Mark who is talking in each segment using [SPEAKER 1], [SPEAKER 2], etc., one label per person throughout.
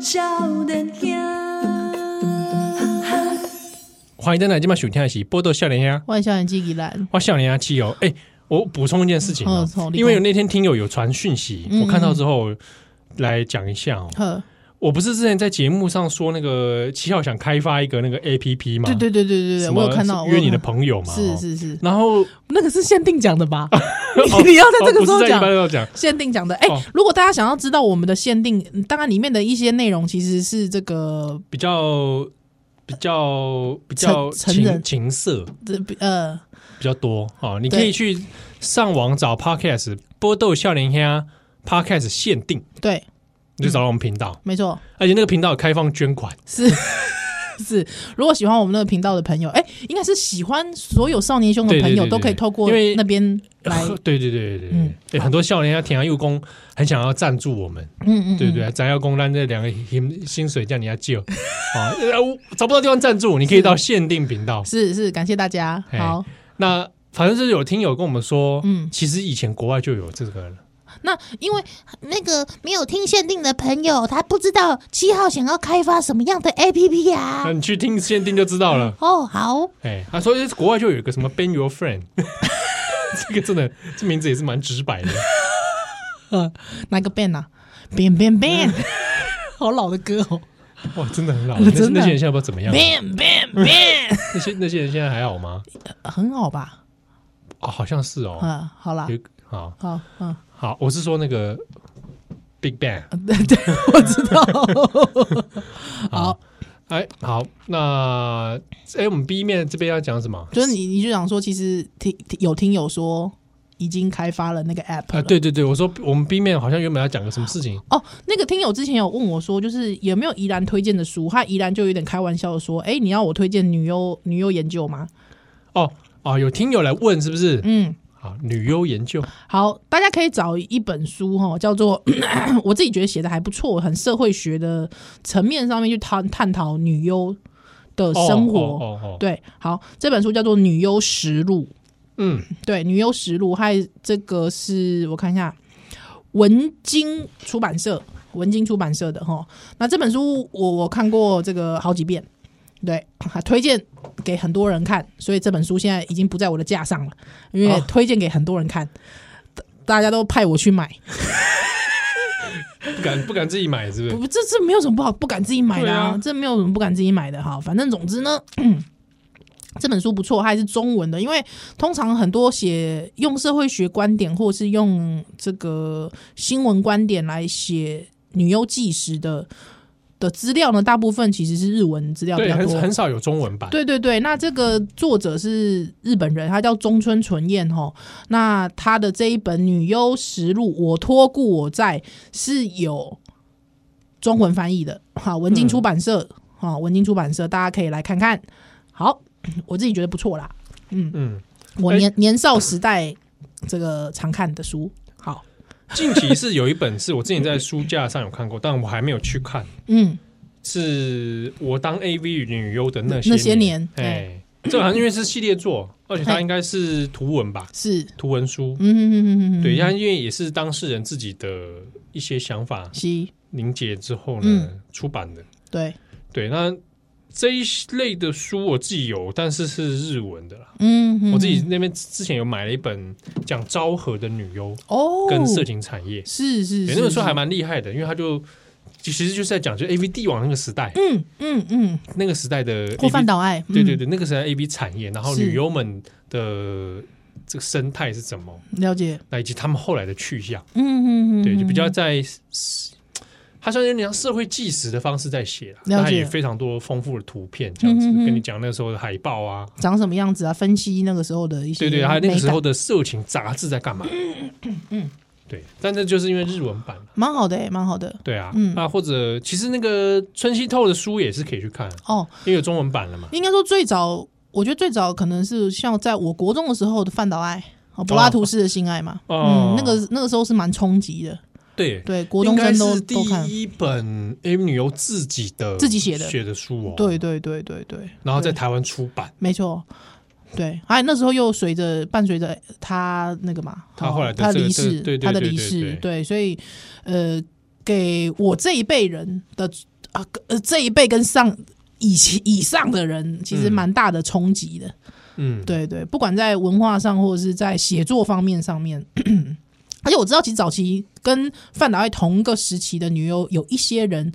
[SPEAKER 1] 少年兄，
[SPEAKER 2] 欢迎登来，今晚收听的是《波多笑脸呀》，
[SPEAKER 3] 万小眼记忆兰，
[SPEAKER 2] 哇，笑脸呀，七友。哎，我补充一件事情哦
[SPEAKER 3] 嗯好，你
[SPEAKER 2] 因为
[SPEAKER 3] 讲
[SPEAKER 2] 那天听友有传讯息，
[SPEAKER 3] 嗯
[SPEAKER 2] 我看到之后来讲一下哦。
[SPEAKER 3] 呵，
[SPEAKER 2] 我不是之前在节目上说那个七号想开发一个那个 A P P 嘛？
[SPEAKER 3] 对对对对对对，
[SPEAKER 2] 什么
[SPEAKER 3] 我有看到，
[SPEAKER 2] 约
[SPEAKER 3] 我有
[SPEAKER 2] 你的
[SPEAKER 3] 看
[SPEAKER 2] 朋友嘛？
[SPEAKER 3] 是
[SPEAKER 2] 哦。
[SPEAKER 3] 是是，
[SPEAKER 2] 然 后
[SPEAKER 3] 那个是限定奖的吧？ 你你要在
[SPEAKER 2] 哦
[SPEAKER 3] 这
[SPEAKER 2] 不
[SPEAKER 3] 个时
[SPEAKER 2] 是
[SPEAKER 3] 候
[SPEAKER 2] 在一
[SPEAKER 3] 讲
[SPEAKER 2] 般要讲，
[SPEAKER 3] 限定奖的，哎
[SPEAKER 2] 哦，
[SPEAKER 3] 如果大家想要知道我们的限定，嗯当然里面的一些内容其实是这个
[SPEAKER 2] 比较比较比较
[SPEAKER 3] 成成
[SPEAKER 2] 情
[SPEAKER 3] 人
[SPEAKER 2] 情色
[SPEAKER 3] 这呃，
[SPEAKER 2] 比较多哦，你
[SPEAKER 3] 对
[SPEAKER 2] 可以去上网找 Podcast《波豆笑脸呀》Podcast 限定，
[SPEAKER 3] 对，
[SPEAKER 2] 你就找到我们频道，
[SPEAKER 3] 没错，
[SPEAKER 2] 而且那个频道有开放捐款，
[SPEAKER 3] 是 是。如果喜欢我们那个频道的朋友，哎，应该是喜欢所有少年兄的
[SPEAKER 2] 对对
[SPEAKER 3] 朋友
[SPEAKER 2] 对对
[SPEAKER 3] 都可以透过
[SPEAKER 2] 因为
[SPEAKER 3] 那边 来，
[SPEAKER 2] 对对对对对
[SPEAKER 3] 嗯
[SPEAKER 2] 对，对很多笑脸呀、田阳佑公很想要赞助我们，
[SPEAKER 3] 嗯嗯，
[SPEAKER 2] 对不
[SPEAKER 3] 嗯，
[SPEAKER 2] 对？咱要公咱这两个薪薪水叫你要借 啊，呃我找不到地方赞助，你可以到限定频 道。
[SPEAKER 3] 是是，感谢大家，
[SPEAKER 2] 嘿
[SPEAKER 3] 好。
[SPEAKER 2] 那反正就是有听友跟我们说，嗯
[SPEAKER 3] 嗯，
[SPEAKER 2] 其实以前国外就有这个了，
[SPEAKER 3] 那因为
[SPEAKER 4] 那个没有听限定的朋友，他不知道七号想要开发什么样的 APP 啊
[SPEAKER 2] 那？你去听限定就知道
[SPEAKER 3] 嗯
[SPEAKER 2] 了。
[SPEAKER 4] 哦，好，
[SPEAKER 2] 哎，他说国外就有一个什么 “ban your friend”，这个真的这名字也是蛮直 白的。
[SPEAKER 3] 呃，哪个 band 啊？bang bang bang，好老的歌哦
[SPEAKER 2] 哇，真的很老，那些
[SPEAKER 3] 真的
[SPEAKER 2] 那些人现在不知道怎么样了，
[SPEAKER 3] ，bang bang
[SPEAKER 2] 嗯
[SPEAKER 3] bang，
[SPEAKER 2] 那些那些人现在还好吗？
[SPEAKER 3] 很好吧？
[SPEAKER 2] 哦，好像是哦，
[SPEAKER 3] 啊，好啦
[SPEAKER 2] 有，哦好
[SPEAKER 3] 好，嗯，
[SPEAKER 2] 好，我是说那个 Big Bang。
[SPEAKER 3] 对对，我知 道。好，
[SPEAKER 2] 哎，好，那哎，我们 B 面这边要讲什么？
[SPEAKER 3] 就是你，你就想说，其实听听有听友说已经开发了那个 app
[SPEAKER 2] 啊，
[SPEAKER 3] 了。
[SPEAKER 2] 对对对，我说我们 B 面好像原本要讲个什么事情，
[SPEAKER 3] 哦，那个听友之前有问我说，就是有没有宜兰推荐的书？他宜兰就有点开玩笑的说，哎、你要我推荐女优女优研究吗？
[SPEAKER 2] 哦哦，有听友来问是不是？
[SPEAKER 3] 嗯，
[SPEAKER 2] 啊，女优研究
[SPEAKER 3] 好，大家可以找一本书哈，叫做我自己觉得写的还不错，很社会学的层面上面去探探讨女优的生活。
[SPEAKER 2] 哦哦哦，哦
[SPEAKER 3] 对，好，这本书叫做《女优实录》。
[SPEAKER 2] 嗯，
[SPEAKER 3] 对，《女优实录》还有这个是我看一下，文津出版社，文津出版社的哈。那这本书我我看过这个好几遍，对，还推荐给很多人看，所以这本书现在已经不在我的架上了，因为
[SPEAKER 2] 哦
[SPEAKER 3] 推荐给很多人看，大大家都派我去买，
[SPEAKER 2] 不敢不敢自己买是不是？
[SPEAKER 3] 不，这这没有什么不好，不敢自己买的啊，
[SPEAKER 2] 对啊
[SPEAKER 3] 这没有什么不敢自己买的哈。反正总之呢， 这本书不错，它还是中文的，因为通常很多写用社会学观点或是用这个新闻观点来写女优纪实的的资料呢，大部分其实是日文资料比
[SPEAKER 2] 对，
[SPEAKER 3] 较
[SPEAKER 2] 很
[SPEAKER 3] 多。
[SPEAKER 2] 很少有中文版。
[SPEAKER 3] 对对对，那这个作者是日本人，他叫中村纯彦吼。那他的这一本《女优实录》，我托故我在是有中文翻译的，哈，文津出版社，哈、文津出版社，大家可以来看看。好，我自己觉得不错啦，
[SPEAKER 2] 嗯，
[SPEAKER 3] 我
[SPEAKER 2] 哎
[SPEAKER 3] 年、年少时代这个常看的书。好，
[SPEAKER 2] 近期是有一本是我之前在书架上有看过，但我还没有去看，
[SPEAKER 3] 嗯，
[SPEAKER 2] 是我当 AV 女优的那
[SPEAKER 3] 那些年
[SPEAKER 2] 哎，这好像因为是系列作，而且它应该是图文吧，
[SPEAKER 3] 是，
[SPEAKER 2] 图文书。
[SPEAKER 3] 嗯哼哼哼哼哼，
[SPEAKER 2] 对，它因为也是当事人自己的一些想法
[SPEAKER 3] 是，
[SPEAKER 2] 凝结之后呢
[SPEAKER 3] 嗯
[SPEAKER 2] 出版的。
[SPEAKER 3] 对，
[SPEAKER 2] 对，那这一类的书我自己有，但是是日文的啦。
[SPEAKER 3] 嗯哼哼，
[SPEAKER 2] 我自己那边之前有买了一本讲昭和的女优
[SPEAKER 3] 哦，
[SPEAKER 2] 跟色情产业，
[SPEAKER 3] 是是
[SPEAKER 2] 对
[SPEAKER 3] 是，
[SPEAKER 2] 那本书还
[SPEAKER 3] 是
[SPEAKER 2] 蛮厉害的，因为它就其实就是在讲就 A V 帝王那个时代，
[SPEAKER 3] 嗯嗯嗯，
[SPEAKER 2] 那个时代的 A
[SPEAKER 3] 或范
[SPEAKER 2] V，
[SPEAKER 3] 岛爱，
[SPEAKER 2] 对
[SPEAKER 3] 嗯
[SPEAKER 2] 对对，那个时代 A V 产业，然后
[SPEAKER 3] 是
[SPEAKER 2] 女优们的这个生态是怎么，
[SPEAKER 3] 了解，
[SPEAKER 2] 那以及他们后来的去向，
[SPEAKER 3] 嗯嗯嗯，
[SPEAKER 2] 对，就比较
[SPEAKER 3] 嗯
[SPEAKER 2] 在。它算有点像社会纪实的方式在写啦，
[SPEAKER 3] 了
[SPEAKER 2] 那它也
[SPEAKER 3] 解
[SPEAKER 2] 非常多丰富的图片，这样子
[SPEAKER 3] 嗯哼哼
[SPEAKER 2] 跟你讲那个时候的海报啊，
[SPEAKER 3] 长什么样子啊，分析那个时候的一些
[SPEAKER 2] 对
[SPEAKER 3] 美
[SPEAKER 2] 对，
[SPEAKER 3] 感，
[SPEAKER 2] 还有那个时候的色情杂志在干嘛？嗯，对，但那就是因为日文版嘛
[SPEAKER 3] 蛮好的、欸，蛮好的
[SPEAKER 2] 对啊，
[SPEAKER 3] 嗯
[SPEAKER 2] 啊，或者其实那个春熙透的书也是可以去看，啊
[SPEAKER 3] 哦。
[SPEAKER 2] 因为有中文版了嘛。
[SPEAKER 3] 应该说最早，我觉得最早可能是像在我国中的时候的范岛爱。哦，柏拉图式的性爱嘛，
[SPEAKER 2] 哦
[SPEAKER 3] 嗯，那个那个时候是蛮冲击的，
[SPEAKER 2] 对，
[SPEAKER 3] 对，国
[SPEAKER 2] 应
[SPEAKER 3] 中
[SPEAKER 2] 该
[SPEAKER 3] 生
[SPEAKER 2] 是
[SPEAKER 3] 都
[SPEAKER 2] 第
[SPEAKER 3] 都看，
[SPEAKER 2] 一本 A 女优自己的
[SPEAKER 3] 自己写的
[SPEAKER 2] 写的书哦。
[SPEAKER 3] 对，对对对对，
[SPEAKER 2] 然后在
[SPEAKER 3] 对
[SPEAKER 2] 台湾出版，
[SPEAKER 3] 没错，对，还有那时候又随着伴随着他那个嘛，
[SPEAKER 2] 他
[SPEAKER 3] 哦
[SPEAKER 2] 后来的
[SPEAKER 3] 他
[SPEAKER 2] 这个
[SPEAKER 3] 离
[SPEAKER 2] 这个
[SPEAKER 3] 世
[SPEAKER 2] 对对，
[SPEAKER 3] 他的
[SPEAKER 2] 对
[SPEAKER 3] 离
[SPEAKER 2] 对对
[SPEAKER 3] 世，对，所以呃，给我这一辈人的啊呃这一辈跟上以前以上的人，其实
[SPEAKER 2] 嗯
[SPEAKER 3] 蛮大的冲击的。
[SPEAKER 2] 嗯，
[SPEAKER 3] 对对，不管在文化上或者是在写作方面上面， 而且我知道，其实早期跟范达爱同一个时期的女优，有一些人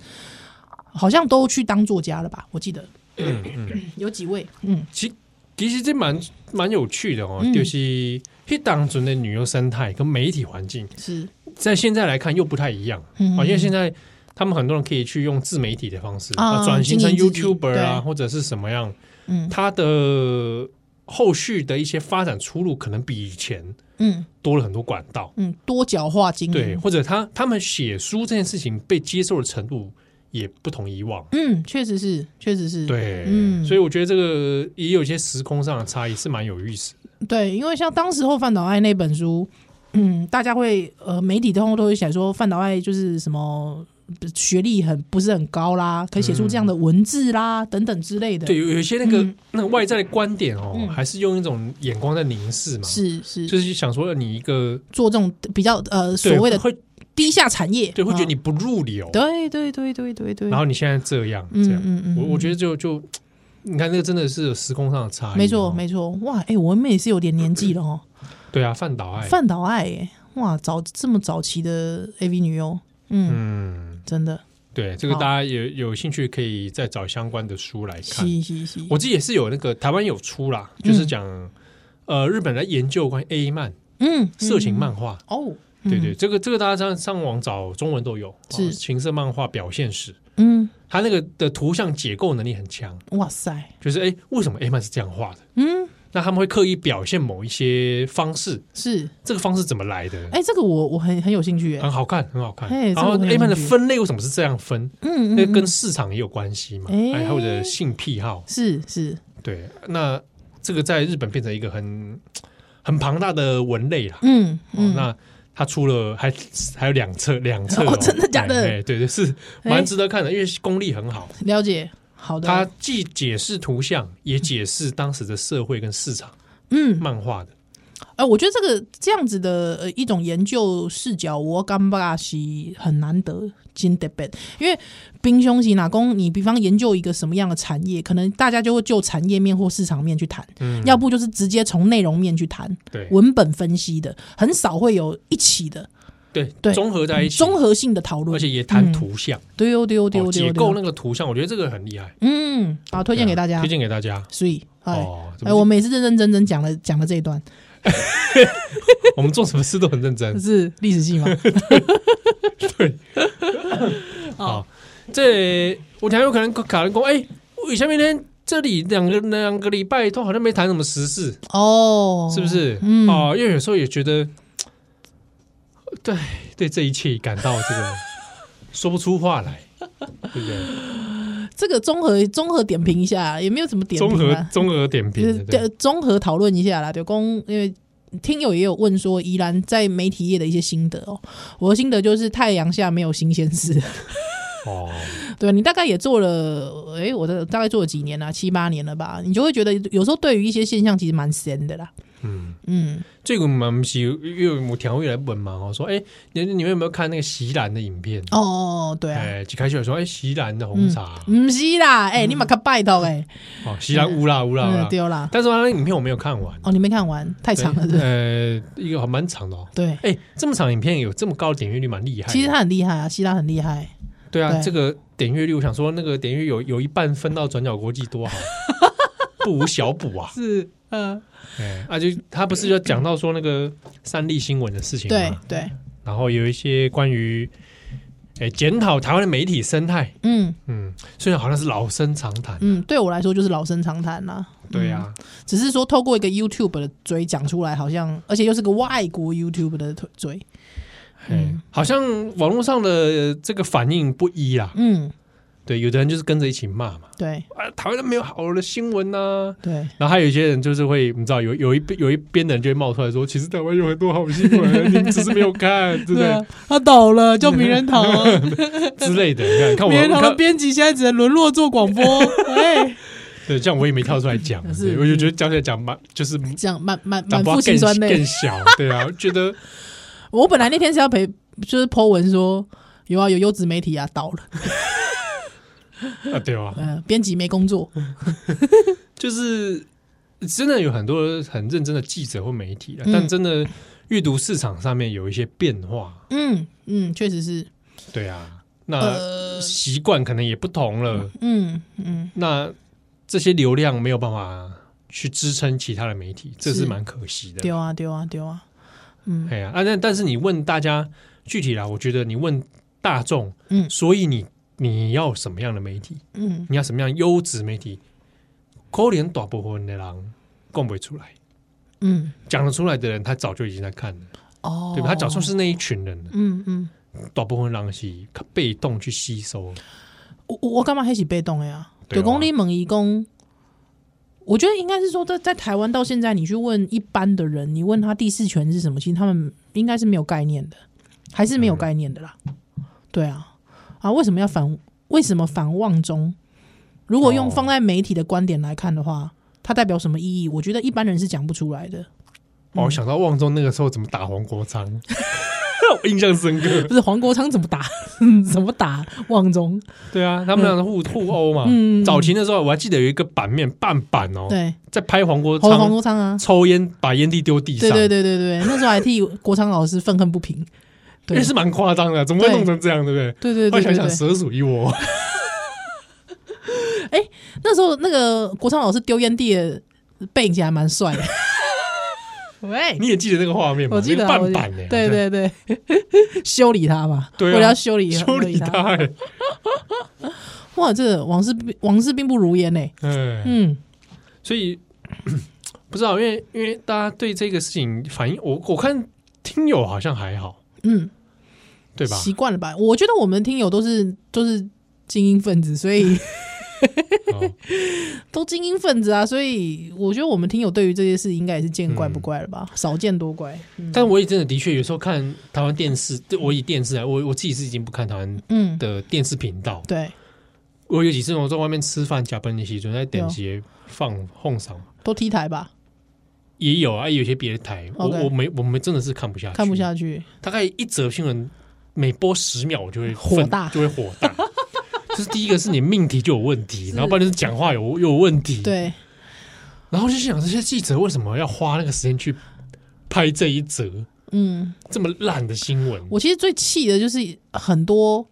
[SPEAKER 3] 好像都去当作家了吧？我记得，
[SPEAKER 2] 嗯
[SPEAKER 3] 有几位，嗯
[SPEAKER 2] 其其实这蛮蛮有趣的哦，
[SPEAKER 3] 嗯
[SPEAKER 2] 就是黑当中的旅游生态跟媒体环境，
[SPEAKER 3] 是，
[SPEAKER 2] 在现在来看又不太一样
[SPEAKER 3] 嗯
[SPEAKER 2] 啊，因为现在他们很多人可以去用自媒体的方式
[SPEAKER 3] 啊
[SPEAKER 2] 啊，转型成
[SPEAKER 3] 经营自己
[SPEAKER 2] YouTuber 啊，
[SPEAKER 3] 对
[SPEAKER 2] 或者是什么样，
[SPEAKER 3] 嗯
[SPEAKER 2] 他的后续的一些发展出路可能比以前
[SPEAKER 3] 嗯
[SPEAKER 2] 多了很多管道，
[SPEAKER 3] 嗯，多角化经
[SPEAKER 2] 对，
[SPEAKER 3] 营，
[SPEAKER 2] 或者他他们写书这件事情被接受的程度也不同以往。
[SPEAKER 3] 嗯，确实是，确实是，
[SPEAKER 2] 对，
[SPEAKER 3] 嗯
[SPEAKER 2] 所以我觉得这个也有一些时空上的差异，是蛮有意思的。
[SPEAKER 3] 对，因为像当时候范岛爱那本书，嗯，大家会呃媒体都都会写说范岛爱就是什么学历很不是很高啦，可以写出这样的文字啦、等等之类的。
[SPEAKER 2] 嗯对，，有有一些那个、
[SPEAKER 3] 嗯
[SPEAKER 2] 那个外在的观点哦，
[SPEAKER 3] 嗯
[SPEAKER 2] 还是用一种眼光在凝视嘛，
[SPEAKER 3] 是是，
[SPEAKER 2] 就是想说你一个
[SPEAKER 3] 做这种比较呃所
[SPEAKER 2] 对
[SPEAKER 3] 谓的
[SPEAKER 2] 会
[SPEAKER 3] 低下产业，
[SPEAKER 2] 对会觉得你
[SPEAKER 3] 啊
[SPEAKER 2] 不入流，
[SPEAKER 3] 对对对对对对，
[SPEAKER 2] 然后你现在这样
[SPEAKER 3] 嗯
[SPEAKER 2] 这样，
[SPEAKER 3] 嗯嗯
[SPEAKER 2] 我我
[SPEAKER 3] 嗯
[SPEAKER 2] 觉得就就你看那个真的是有时空上的差异哦，
[SPEAKER 3] 没错没错，哇，哎、我们也是有点年纪了哦，
[SPEAKER 2] 对啊，范岛爱，
[SPEAKER 3] 范岛爱、哎，哇，早这么早期的 AV 女优，嗯，
[SPEAKER 2] 嗯，
[SPEAKER 3] 真的，
[SPEAKER 2] 对，这个
[SPEAKER 3] 好
[SPEAKER 2] 大家有有兴趣可以再找相关的书来看。
[SPEAKER 3] 嘻嘻嘻，
[SPEAKER 2] 我自己也是有那个台湾有出啦，
[SPEAKER 3] 嗯
[SPEAKER 2] 就是讲、呃日本来研究关于 A 漫
[SPEAKER 3] 嗯
[SPEAKER 2] 色情
[SPEAKER 3] 嗯
[SPEAKER 2] 漫画。
[SPEAKER 3] 哦，
[SPEAKER 2] 对对，这个这个大家上上网找中文都有，
[SPEAKER 3] 是
[SPEAKER 2] 哦情色漫画表现史，
[SPEAKER 3] 嗯，嗯。
[SPEAKER 2] 它那个的图像解构能力很强，
[SPEAKER 3] 哇塞，
[SPEAKER 2] 就是哎，为什么 A 漫是这样画的？
[SPEAKER 3] 嗯，
[SPEAKER 2] 那他们会刻意表现某一些方式，
[SPEAKER 3] 是，
[SPEAKER 2] 这个方式怎么来的？
[SPEAKER 3] 哎、这个我我很很有兴趣耶，
[SPEAKER 2] 很好看，很好看
[SPEAKER 3] 嘿。
[SPEAKER 2] 然后
[SPEAKER 3] 这个我
[SPEAKER 2] A
[SPEAKER 3] 有
[SPEAKER 2] 漫的
[SPEAKER 3] 兴趣
[SPEAKER 2] 分类为什么是这样分？
[SPEAKER 3] 嗯
[SPEAKER 2] 那
[SPEAKER 3] 嗯，
[SPEAKER 2] 跟
[SPEAKER 3] 嗯
[SPEAKER 2] 市场也有关系嘛，
[SPEAKER 3] 哎
[SPEAKER 2] 哎，还有的性癖好，
[SPEAKER 3] 是是，
[SPEAKER 2] 对，那这个在日本变成一个很很庞大的文类啦。
[SPEAKER 3] 嗯
[SPEAKER 2] 哦
[SPEAKER 3] 嗯，，
[SPEAKER 2] 那它出了还还有两册，两册
[SPEAKER 3] 哦真的假的
[SPEAKER 2] 哎哎对对，是
[SPEAKER 3] 哎
[SPEAKER 2] 蛮值得看的，因为功力很好。
[SPEAKER 3] 了解，好的，
[SPEAKER 2] 它既解释图像，也解释当时的社会跟市场
[SPEAKER 3] 嗯，
[SPEAKER 2] 漫画的。
[SPEAKER 3] 哎、我觉得这个这样子的呃一种研究视角，我感觉是很难得，真的本，因为冰兄是哪公，你比方研究一个什么样的产业，可能大家就会就产业面或市场面去谈，
[SPEAKER 2] 嗯，
[SPEAKER 3] 要不就是直接从内容面去谈，
[SPEAKER 2] 对
[SPEAKER 3] 文本分析的，很少会有一起的
[SPEAKER 2] 对
[SPEAKER 3] 对
[SPEAKER 2] 综合在一起，
[SPEAKER 3] 综合性的讨论，
[SPEAKER 2] 而且也谈图像，
[SPEAKER 3] 对哦对哦对哦
[SPEAKER 2] 哦
[SPEAKER 3] 对
[SPEAKER 2] 解
[SPEAKER 3] 哦对
[SPEAKER 2] 构
[SPEAKER 3] 哦
[SPEAKER 2] 那个图像，我觉得这个很厉害，
[SPEAKER 3] 嗯，好，推荐给大
[SPEAKER 2] 对啊
[SPEAKER 3] 家
[SPEAKER 2] 推，荐给大家。
[SPEAKER 3] 所以，哎，
[SPEAKER 2] 哦，怎
[SPEAKER 3] 哎，
[SPEAKER 2] 么嗯
[SPEAKER 3] 我们也是认认真真讲了讲了这一段，
[SPEAKER 2] 我们做什么事都很认真
[SPEAKER 3] 这。是历史系吗？
[SPEAKER 2] 好，这我常有可能卡人工，哎、为什么呢？这里两个两个礼拜都好像没谈什么时事，
[SPEAKER 3] 哦，
[SPEAKER 2] 是不？是？
[SPEAKER 3] 嗯
[SPEAKER 2] 哦，因为有时候也觉得，对对这一切感到这 个说不出话来，对不对？
[SPEAKER 3] 这个综合综合点评一下，也没有什么点
[SPEAKER 2] 综
[SPEAKER 3] 评
[SPEAKER 2] 合
[SPEAKER 3] 啊，
[SPEAKER 2] 综合点
[SPEAKER 3] 就
[SPEAKER 2] 评
[SPEAKER 3] 是
[SPEAKER 2] 的，对
[SPEAKER 3] 对综合讨论一下啦。对公，因为听友也有问说，宜兰在媒体业的一些心得哦，我的心得就是太阳下没有新鲜事。
[SPEAKER 2] 哦，
[SPEAKER 3] 对你大概也做了，诶，我的大概做了几年啦、啊七八年了吧，你就会觉得有时候对于一些现象其实蛮闲的啦。
[SPEAKER 2] 嗯，
[SPEAKER 3] 嗯，
[SPEAKER 2] 这个我们是因为我调味来问嘛，我说，哎，你你们有没有看那个席兰的影片？
[SPEAKER 3] 哦，对啊，嗯
[SPEAKER 2] 哎，一开始有说，哎，席兰的红茶，
[SPEAKER 3] 唔是啦，哎、你马克拜托哎、
[SPEAKER 2] 哦，席兰乌嗯啦乌啦乌
[SPEAKER 3] 嗯，
[SPEAKER 2] 啦，
[SPEAKER 3] 丢啦。
[SPEAKER 2] 但是他那个影片我没有看完，
[SPEAKER 3] 哦，你没看完，太长了，对不对
[SPEAKER 2] 呃，一个还蛮长的哦。
[SPEAKER 3] 对。
[SPEAKER 2] 哎，这么长影片有这么高的点阅率，蛮厉害的。
[SPEAKER 3] 其实他很厉害啊，希拉很厉害，
[SPEAKER 2] 对啊，
[SPEAKER 3] 对
[SPEAKER 2] 这个点阅率，我想说那个点阅有有一半分到转角国际多好，啊 不无小补啊。
[SPEAKER 3] 是，嗯，
[SPEAKER 2] 哎，啊，就他不是要讲到说那个三立新闻的事情
[SPEAKER 3] 对
[SPEAKER 2] 嘛，
[SPEAKER 3] 对，
[SPEAKER 2] 然后有一些关于哎检讨台湾的媒体生态，
[SPEAKER 3] 嗯
[SPEAKER 2] 嗯，虽然好像是老生常谈，
[SPEAKER 3] 嗯，对我来说就是老生常谈啦。嗯
[SPEAKER 2] 对啊，
[SPEAKER 3] 只是说透过一个 YouTube 的嘴讲出来，好像而且又是个外国 YouTube 的嘴，嗯
[SPEAKER 2] 哎，好像网络上的这个反应不一啦，
[SPEAKER 3] 嗯，
[SPEAKER 2] 对，有的人就是跟着一起骂嘛，
[SPEAKER 3] 对
[SPEAKER 2] 啊，台湾都没有好的新闻啊呐、
[SPEAKER 3] 对，
[SPEAKER 2] 然后还有一些人就是会，你知道有有一有一边的人就会冒出来说，其实台湾有很多好新闻，你们只是没有看，对不 对？
[SPEAKER 3] 啊，他倒了，叫名人 堂啊，
[SPEAKER 2] 之类的。你看，看
[SPEAKER 3] 名人
[SPEAKER 2] 我
[SPEAKER 3] 堂的
[SPEAKER 2] 看，
[SPEAKER 3] 编辑现在只能沦落做广 播，哎，
[SPEAKER 2] 对，这样我也没跳出来讲，
[SPEAKER 3] 是
[SPEAKER 2] 对我就觉得讲起来讲蛮就是
[SPEAKER 3] 这样满满
[SPEAKER 2] 讲不
[SPEAKER 3] 满腹
[SPEAKER 2] 到
[SPEAKER 3] 心
[SPEAKER 2] 更
[SPEAKER 3] 酸泪。
[SPEAKER 2] 更小，对啊，我觉得
[SPEAKER 3] 我本来那天是要陪，就是 Po 文说，有啊，有优质媒体啊，倒了，
[SPEAKER 2] 啊，对啊，
[SPEAKER 3] 嗯、编辑没工作，
[SPEAKER 2] 就是真的有很多很认真的记者或媒体啊，
[SPEAKER 3] 嗯
[SPEAKER 2] 但真的阅读市场上面有一些变化，
[SPEAKER 3] 嗯嗯，确实是，
[SPEAKER 2] 对啊，那
[SPEAKER 3] 呃，
[SPEAKER 2] 习惯可能也不同了，
[SPEAKER 3] 嗯嗯，
[SPEAKER 2] 那这些流量没有办法去支撑其他的媒体，这
[SPEAKER 3] 是
[SPEAKER 2] 是蛮可惜的。
[SPEAKER 3] 丢啊丢啊丢啊，嗯
[SPEAKER 2] 哎呀，啊，但但是你问大家具体啦，我觉得你问大众，
[SPEAKER 3] 嗯
[SPEAKER 2] 所以你你要什么样的媒体？
[SPEAKER 3] 嗯，
[SPEAKER 2] 你要什么样优质媒体？可怜大部分的人供不出来，
[SPEAKER 3] 嗯，
[SPEAKER 2] 讲得出来的人，他早就已经在看了，
[SPEAKER 3] 哦，
[SPEAKER 2] 对吧？他早就是那一群人了，
[SPEAKER 3] 嗯嗯，
[SPEAKER 2] 大部分人是被动去吸收，哦
[SPEAKER 3] 我我我干嘛还是被动的呀？
[SPEAKER 2] 对啊
[SPEAKER 3] 九公里猛一公，我觉得应该是说，在在台湾到现在，你去问一般的人，你问他第四权是什么，其实他们应该是没有概念的，还是没有概念的啦。对啊，啊，为什么要反？为什么反望中？如果用
[SPEAKER 2] 哦
[SPEAKER 3] 放在媒体的观点来看的话，它代表什么意义？我觉得一般人是讲不出来的。嗯
[SPEAKER 2] 哦，我想到旺中那个时候怎么打黄国昌， 我印象深刻。
[SPEAKER 3] 不是黄国昌怎么打， 怎么打望中？
[SPEAKER 2] 对啊，他们俩互互殴嘛。
[SPEAKER 3] 嗯
[SPEAKER 2] 早期的时候我还记得有一个版面半版哦，
[SPEAKER 3] 对，
[SPEAKER 2] 在拍黄国
[SPEAKER 3] 黄黄
[SPEAKER 2] 昌
[SPEAKER 3] 国昌啊，
[SPEAKER 2] 抽烟，把烟蒂丢地上，
[SPEAKER 3] 对对对对对，那时候还替国昌老师愤恨不平。对
[SPEAKER 2] 也是蛮夸张的，怎么会弄成这样，对不对？
[SPEAKER 3] 对对
[SPEAKER 2] 后
[SPEAKER 3] 对
[SPEAKER 2] 来想想
[SPEAKER 3] 对
[SPEAKER 2] 蛇
[SPEAKER 3] 对，
[SPEAKER 2] 鼠一窝，
[SPEAKER 3] 那时候那个国昌老师丢烟蒂的背影其实还蛮帅的。喂，
[SPEAKER 2] 你也记得那个画面吗？
[SPEAKER 3] 我记得啊
[SPEAKER 2] 那个
[SPEAKER 3] 我
[SPEAKER 2] 半版
[SPEAKER 3] 记得
[SPEAKER 2] 呢，
[SPEAKER 3] 对对对， 修理他嘛，
[SPEAKER 2] 对啊
[SPEAKER 3] 为了要修理
[SPEAKER 2] 好像 修理
[SPEAKER 3] 他。
[SPEAKER 2] 他，哎
[SPEAKER 3] 哇，这个往事并往事并不如烟呢。
[SPEAKER 2] 嗯，
[SPEAKER 3] 嗯
[SPEAKER 2] 所以 不知道，因为因为大家对这个事情反应，我我看听友好像还好，
[SPEAKER 3] 嗯，
[SPEAKER 2] 对吧？
[SPEAKER 3] 习惯了吧？我觉得我们听友都是都是精英分子，所以
[SPEAKER 2] 哦
[SPEAKER 3] 都精英分子啊，所以我觉得我们听友对于这些事应该也是见怪不怪了吧，少见多怪。嗯
[SPEAKER 2] 但我也真的的确有时候看台湾电视，对我以电视来，我我自己是已经不看台湾
[SPEAKER 3] 嗯，
[SPEAKER 2] 的电视频道。
[SPEAKER 3] 对，
[SPEAKER 2] 我有几次我在外面吃饭加班的时候，在电视放哄上
[SPEAKER 3] 都 T 台吧，
[SPEAKER 2] 也有啊，有些别的台，我
[SPEAKER 3] OK
[SPEAKER 2] 我没我们真的是看不下去，
[SPEAKER 3] 看不下去。
[SPEAKER 2] 大概一则新闻每播十秒，我就会
[SPEAKER 3] 火
[SPEAKER 2] 愤
[SPEAKER 3] 大
[SPEAKER 2] 就会火 大。就是第一个是你命题就有问题，
[SPEAKER 3] 是
[SPEAKER 2] 然后不然就是讲话有有问题。，
[SPEAKER 3] 对，
[SPEAKER 2] 然后就想这些记者为什么要花那个时间去拍这一则
[SPEAKER 3] 嗯，
[SPEAKER 2] 这么烂的新闻？
[SPEAKER 3] 我其实最气的就是很多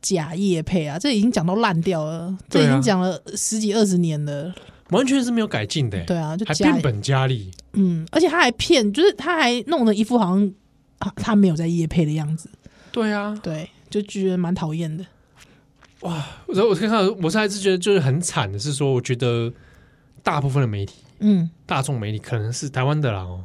[SPEAKER 3] 假叶配啊，这已经讲到烂掉了，这
[SPEAKER 2] 对啊
[SPEAKER 3] 已经讲了十几二十年了。
[SPEAKER 2] 完全是没有改进的、欸，
[SPEAKER 3] 对啊，就
[SPEAKER 2] 还
[SPEAKER 3] 假
[SPEAKER 2] 变本加厉。
[SPEAKER 3] 嗯，而且他还骗，就是他还弄了一副好像啊他没有在叶配的样子，
[SPEAKER 2] 对啊，
[SPEAKER 3] 对，就觉得蛮讨厌的。
[SPEAKER 2] 然后我看到，我是还是觉得就是很惨的是说，我觉得大部分的媒体、
[SPEAKER 3] 嗯，
[SPEAKER 2] 大众媒体，可能是台湾的啦哦，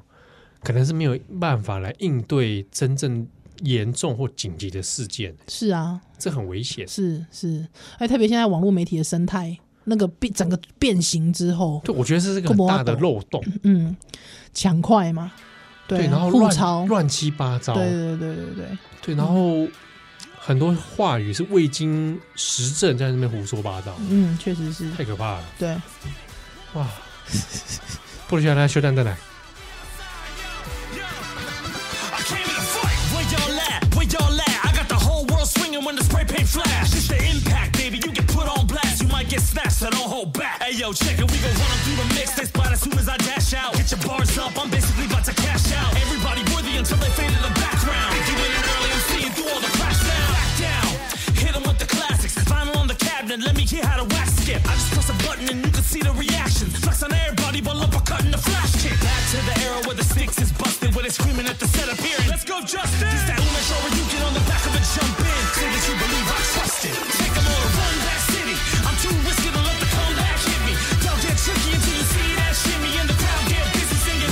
[SPEAKER 2] 可能是没有办法来应对真正严重或紧急的事件，
[SPEAKER 3] 是啊，
[SPEAKER 2] 这很危险。
[SPEAKER 3] 是是，哎，特别现在网络媒体的生态，那个变整个变形之后，
[SPEAKER 2] 对，我觉得这是个很大的漏洞，
[SPEAKER 3] 嗯，抢快嘛，对啊，
[SPEAKER 2] 然后
[SPEAKER 3] 互
[SPEAKER 2] 乱
[SPEAKER 3] 抄，
[SPEAKER 2] 乱七八糟，
[SPEAKER 3] 对对对对对
[SPEAKER 2] 对然后很多话语是未经实证，在那边胡说八道，
[SPEAKER 3] 嗯，确实是，
[SPEAKER 2] 太可怕了，
[SPEAKER 3] 对，
[SPEAKER 2] 哇！不如下来修蛋蛋来。
[SPEAKER 1] I came in a fight. Where y'all at? Where y'all at? I got the whole world swinging when the spray paint flash. It's the impact, baby. You get put on blast. You might get snatched, so don't hold back. Hey yo, check it. We gon' run 'em through the mix. They spot as soon as I dash out. Get your bars up. I'm basically about to cash out. Everybody worthy until they fade in the background. Think you in it early. I'm seeing through all the crash down. Back down. Hit 'em with the classics. Vinyl on the cabinet. Let me hear how to wax skip. I just press a button and you can see the reaction. Flex on everybody while uppercutting the flash kick. Back to the era where the sticks is busted. Where they screaming at the set appearing. Let's go, Justin. Just that Uno show where you get on the back of a jump in. Say that you believe I trust it. Take 'em on a run back city. I'm too risky to let the comeback hit me. Y'all get tricky until you see that shimmy. And the crowd get busy singing.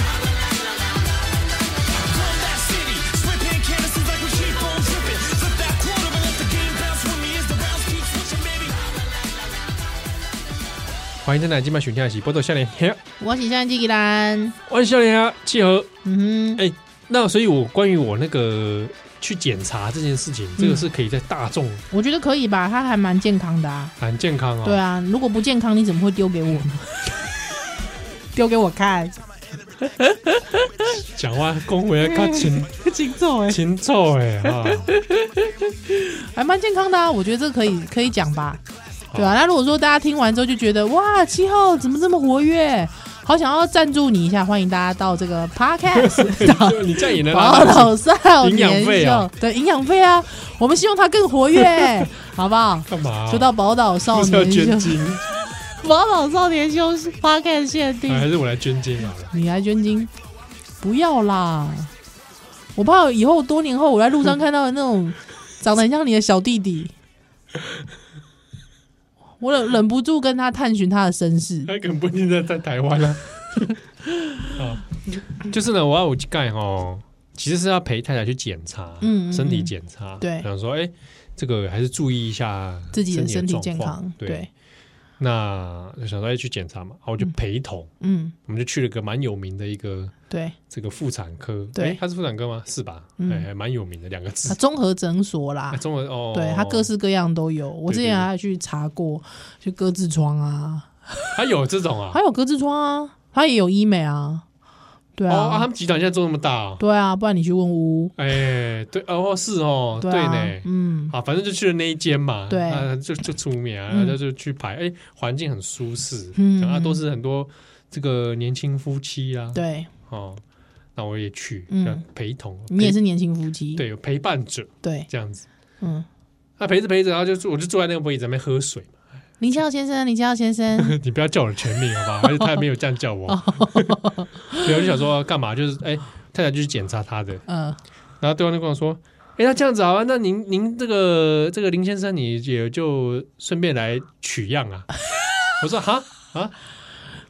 [SPEAKER 1] Run back city. Spray paint canvases like we keep on dripping. Flip that quarter and let the game bounce with me. As the rounds keep switching, baby.
[SPEAKER 2] 欢迎再来今晚选天下棋，波多笑脸，嘿
[SPEAKER 3] 我喜欢吉吉兰，
[SPEAKER 2] 欢迎笑脸啊，契合。哎
[SPEAKER 3] 嗯哼，
[SPEAKER 2] 那所以，我关于我那个去检查这件事情，这个是可以在大众
[SPEAKER 3] 我觉得可以吧，他还蛮健康的啊，
[SPEAKER 2] 很健康啊。
[SPEAKER 3] 对啊，如果不健康，你 怎么会丢给我呢？丢给我看，
[SPEAKER 2] 讲话恭维啊较清
[SPEAKER 3] 紧奏哎，
[SPEAKER 2] 清楚诶 啊，
[SPEAKER 3] 还蛮健康的啊，我觉得这可
[SPEAKER 2] 哦
[SPEAKER 3] 以可以讲吧，对啊，那如果说大家听完之后就觉得哇，七号怎么这么活跃，好想要赞助你一下，欢迎大家到 这个 podcast 到
[SPEAKER 2] 就你这样也能
[SPEAKER 3] 宝
[SPEAKER 2] 拉
[SPEAKER 3] 岛少
[SPEAKER 2] 营养
[SPEAKER 3] 年
[SPEAKER 2] 费啊
[SPEAKER 3] 秀对营养费啊，我们希望它更活跃， 好不好？
[SPEAKER 2] 干嘛啊？
[SPEAKER 3] 说到宝岛少
[SPEAKER 2] 不是要
[SPEAKER 3] 年
[SPEAKER 2] 捐
[SPEAKER 3] 秀，
[SPEAKER 2] 精，
[SPEAKER 3] 宝岛少年秀是花看限定
[SPEAKER 2] 啊，还是我来捐精好了？
[SPEAKER 3] 你来捐精？不要啦！我怕以后多年后我在路上看到那 种长得很像你的小弟弟，我忍忍不住跟他探寻他的身世。
[SPEAKER 2] 他可能不一定在在台湾 啦。啊，就是呢，我要我去盖哦，其实是要陪太太去检查，
[SPEAKER 3] 嗯嗯嗯
[SPEAKER 2] 身体检查，
[SPEAKER 3] 对
[SPEAKER 2] 想说，哎、这个还是注意一下
[SPEAKER 3] 自己的身
[SPEAKER 2] 身
[SPEAKER 3] 体
[SPEAKER 2] 状
[SPEAKER 3] 健
[SPEAKER 2] 况
[SPEAKER 3] 康，
[SPEAKER 2] 对，
[SPEAKER 3] 对
[SPEAKER 2] 那就想说要去检查嘛，啊，我就陪同，
[SPEAKER 3] 嗯，
[SPEAKER 2] 我们就去了个蛮有名的一个
[SPEAKER 3] 对，
[SPEAKER 2] 这个妇产科，
[SPEAKER 3] 对
[SPEAKER 2] 诶它是妇产科吗？是吧？
[SPEAKER 3] 嗯
[SPEAKER 2] 哎、还蛮有名的两个字
[SPEAKER 3] 他，综合诊所啦
[SPEAKER 2] 哎，中文 哦，
[SPEAKER 3] 对他各式各样都有。我之
[SPEAKER 2] 对对
[SPEAKER 3] 前
[SPEAKER 2] 对
[SPEAKER 3] 还去查过，就割痔疮啊，
[SPEAKER 2] 还有这种啊
[SPEAKER 3] 还，有割痔疮啊，他也有医美啊，对
[SPEAKER 2] 哦，啊他
[SPEAKER 3] 啊，
[SPEAKER 2] 们集团现在做那么大、哦，
[SPEAKER 3] 对啊，不然你去问屋，
[SPEAKER 2] 哎、对，哦，是哦，
[SPEAKER 3] 对
[SPEAKER 2] 呢
[SPEAKER 3] 啊，，嗯，
[SPEAKER 2] 啊，反正就去了那一间嘛，
[SPEAKER 3] 对
[SPEAKER 2] 啊、就就出名啊，
[SPEAKER 3] 嗯
[SPEAKER 2] 然后就去排，哎、环境很舒适，
[SPEAKER 3] 嗯
[SPEAKER 2] 嗯，啊，都是很多这个年轻夫妻啊，，
[SPEAKER 3] 对
[SPEAKER 2] 哦，那我也去，
[SPEAKER 3] 嗯
[SPEAKER 2] 嗯，陪同，
[SPEAKER 3] 你也
[SPEAKER 2] 陪
[SPEAKER 3] 是年轻夫妻，
[SPEAKER 2] 对有陪伴者
[SPEAKER 3] 对，
[SPEAKER 2] 这样子，
[SPEAKER 3] 嗯。
[SPEAKER 2] 那陪着陪着，然后就坐我就坐在那个位置上面喝水嘛，
[SPEAKER 3] 林孝先生，林孝先生，
[SPEAKER 2] 你不要叫我的全名好不好？而且他也没有这样叫我， 对，我就想说干嘛，就是哎、太太就去检查他的，
[SPEAKER 3] 嗯，
[SPEAKER 2] 然后对方就跟我说。哎，那这样子好啊，那您您这个这个林先生，你也就顺便来取样啊。 我说哈啊，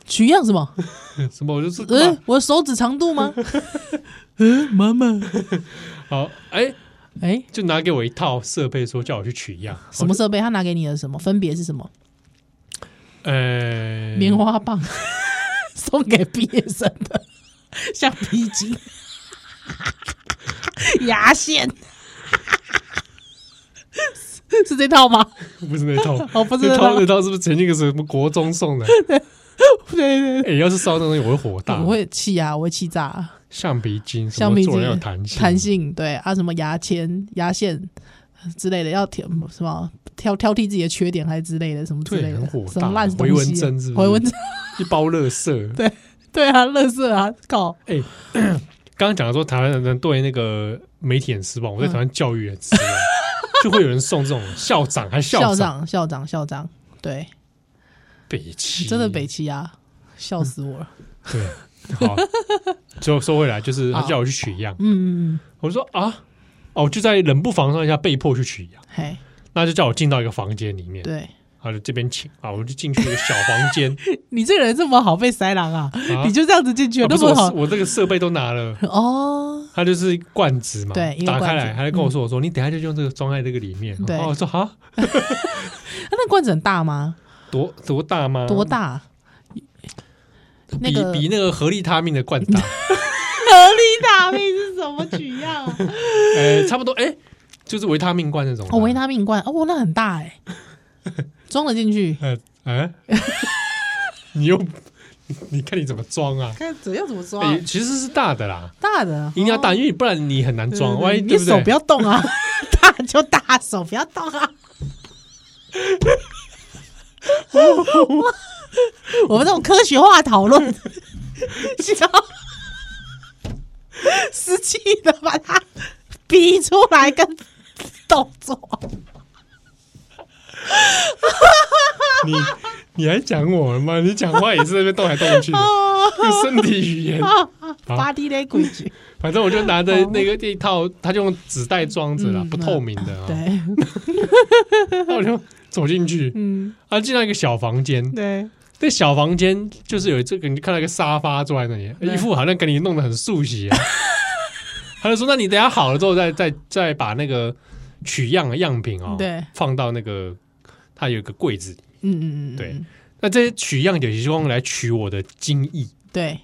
[SPEAKER 3] 取样什么？
[SPEAKER 2] 什么？我就是
[SPEAKER 3] 呃， 我的手指长度吗？ 呃，妈妈，
[SPEAKER 2] 好，哎，
[SPEAKER 3] 哎，
[SPEAKER 2] 就拿给我一套设备，说叫我去取样。
[SPEAKER 3] 什么设备？他拿给你的什么？分别是什么？
[SPEAKER 2] 呃，
[SPEAKER 3] 棉花棒， 送给毕业生的橡皮筋，牙线， 是这套吗？
[SPEAKER 2] 不是那套，
[SPEAKER 3] 哦不是那
[SPEAKER 2] 那
[SPEAKER 3] 套
[SPEAKER 2] 套，那套是不是前一个什么国中送的？
[SPEAKER 3] 对对对。
[SPEAKER 2] 哎，要是烧那东西，我会火大。
[SPEAKER 3] 我会气啊，我会气炸啊、
[SPEAKER 2] 橡皮筋，什么
[SPEAKER 3] 橡皮筋
[SPEAKER 2] 做人要有弹性，
[SPEAKER 3] 弹性对啊，什么牙签、牙线之类的，要挑什么挑挑剔自己的缺点还是之类的，什么之
[SPEAKER 2] 对
[SPEAKER 3] 类的
[SPEAKER 2] 很火，
[SPEAKER 3] 什么
[SPEAKER 2] 大
[SPEAKER 3] 烂东西
[SPEAKER 2] 回
[SPEAKER 3] 啊
[SPEAKER 2] 纹针是不是
[SPEAKER 3] 回纹针，
[SPEAKER 2] 一包垃圾。
[SPEAKER 3] 对对啊，乐色啊，靠，
[SPEAKER 2] 哎，刚刚讲的说台湾人对那个媒体很失望，我在台
[SPEAKER 3] 嗯
[SPEAKER 2] 湾教育很失望，就会有人送这种校长还
[SPEAKER 3] 校
[SPEAKER 2] 校
[SPEAKER 3] 长校长校长，对，
[SPEAKER 2] 北齐，
[SPEAKER 3] 真的北齐啊，笑死 我了，
[SPEAKER 2] 对，好，就说回来，就是他
[SPEAKER 3] 好
[SPEAKER 2] 叫我去取样，
[SPEAKER 3] 嗯嗯嗯，
[SPEAKER 2] 我说啊，哦，我就在冷不防上下被迫去取样，
[SPEAKER 3] 嘿，
[SPEAKER 2] 那就叫我进到一个房间里面，
[SPEAKER 3] 对
[SPEAKER 2] 他就这边请啊，我就进去一个小房 间，
[SPEAKER 3] 你这个人这么好被塞狼啊，
[SPEAKER 2] 啊
[SPEAKER 3] 你就这样子进去
[SPEAKER 2] 啊
[SPEAKER 3] 了，
[SPEAKER 2] 不
[SPEAKER 3] 那
[SPEAKER 2] 是
[SPEAKER 3] 么
[SPEAKER 2] 我
[SPEAKER 3] 好
[SPEAKER 2] 是我这个设备都拿了。
[SPEAKER 3] 哦，
[SPEAKER 2] 它就是罐子嘛，
[SPEAKER 3] 对一个
[SPEAKER 2] 打开
[SPEAKER 3] 罐子嗯
[SPEAKER 2] 来，他就跟我说：“我说你等一下就用这个装在这个里面。”
[SPEAKER 3] 对
[SPEAKER 2] 然后我说：“哈，
[SPEAKER 3] 啊那罐子很大吗？
[SPEAKER 2] 多多大吗？
[SPEAKER 3] 多？大？那
[SPEAKER 2] 比
[SPEAKER 3] 个
[SPEAKER 2] 啊 比那个合力他命的罐大，
[SPEAKER 3] 合力大命是什么取样啊？
[SPEAKER 2] 呃，差不多，哎，就是维他命罐那种吧。
[SPEAKER 3] 哦，维他命罐，哦，那很大 哎、装得进去。
[SPEAKER 2] 呃， 哎，你又，你看你怎么装啊？
[SPEAKER 3] 看怎样怎么装
[SPEAKER 2] 哎，其实是大的啦，
[SPEAKER 3] 大的
[SPEAKER 2] 应该要大，因为不然你很难装，万一
[SPEAKER 3] 哦嗯你
[SPEAKER 2] 对
[SPEAKER 3] 手
[SPEAKER 2] 对
[SPEAKER 3] 不？要 动啊，大就大，手不要动啊。我们这种科学化讨论，想要实际的把它逼出来跟动 作，
[SPEAKER 2] 你你还讲我吗？你讲话也是在那边动来动 去的，
[SPEAKER 3] 哦
[SPEAKER 2] 用身体语言。
[SPEAKER 3] 巴蒂勒规矩，
[SPEAKER 2] 反正我就拿着那个那一套，他就用纸袋装着啦，
[SPEAKER 3] 哦嗯
[SPEAKER 2] 不透明的啊。然
[SPEAKER 3] 对
[SPEAKER 2] 后我就走进去，嗯，啊，进到一个小房间，
[SPEAKER 3] 对，
[SPEAKER 2] 那小房间就是有这个，你就看到一个沙发坐在那里，
[SPEAKER 3] 对
[SPEAKER 2] 一副好像给你弄得很素席 啊。他就说：“那你等一下好了之后再，再再把那个取样的样品哦，
[SPEAKER 3] 对
[SPEAKER 2] 放到那个它有一个柜子里。
[SPEAKER 3] 嗯嗯嗯，
[SPEAKER 2] 对，那这些取样就是用来取我的精液，
[SPEAKER 3] 对。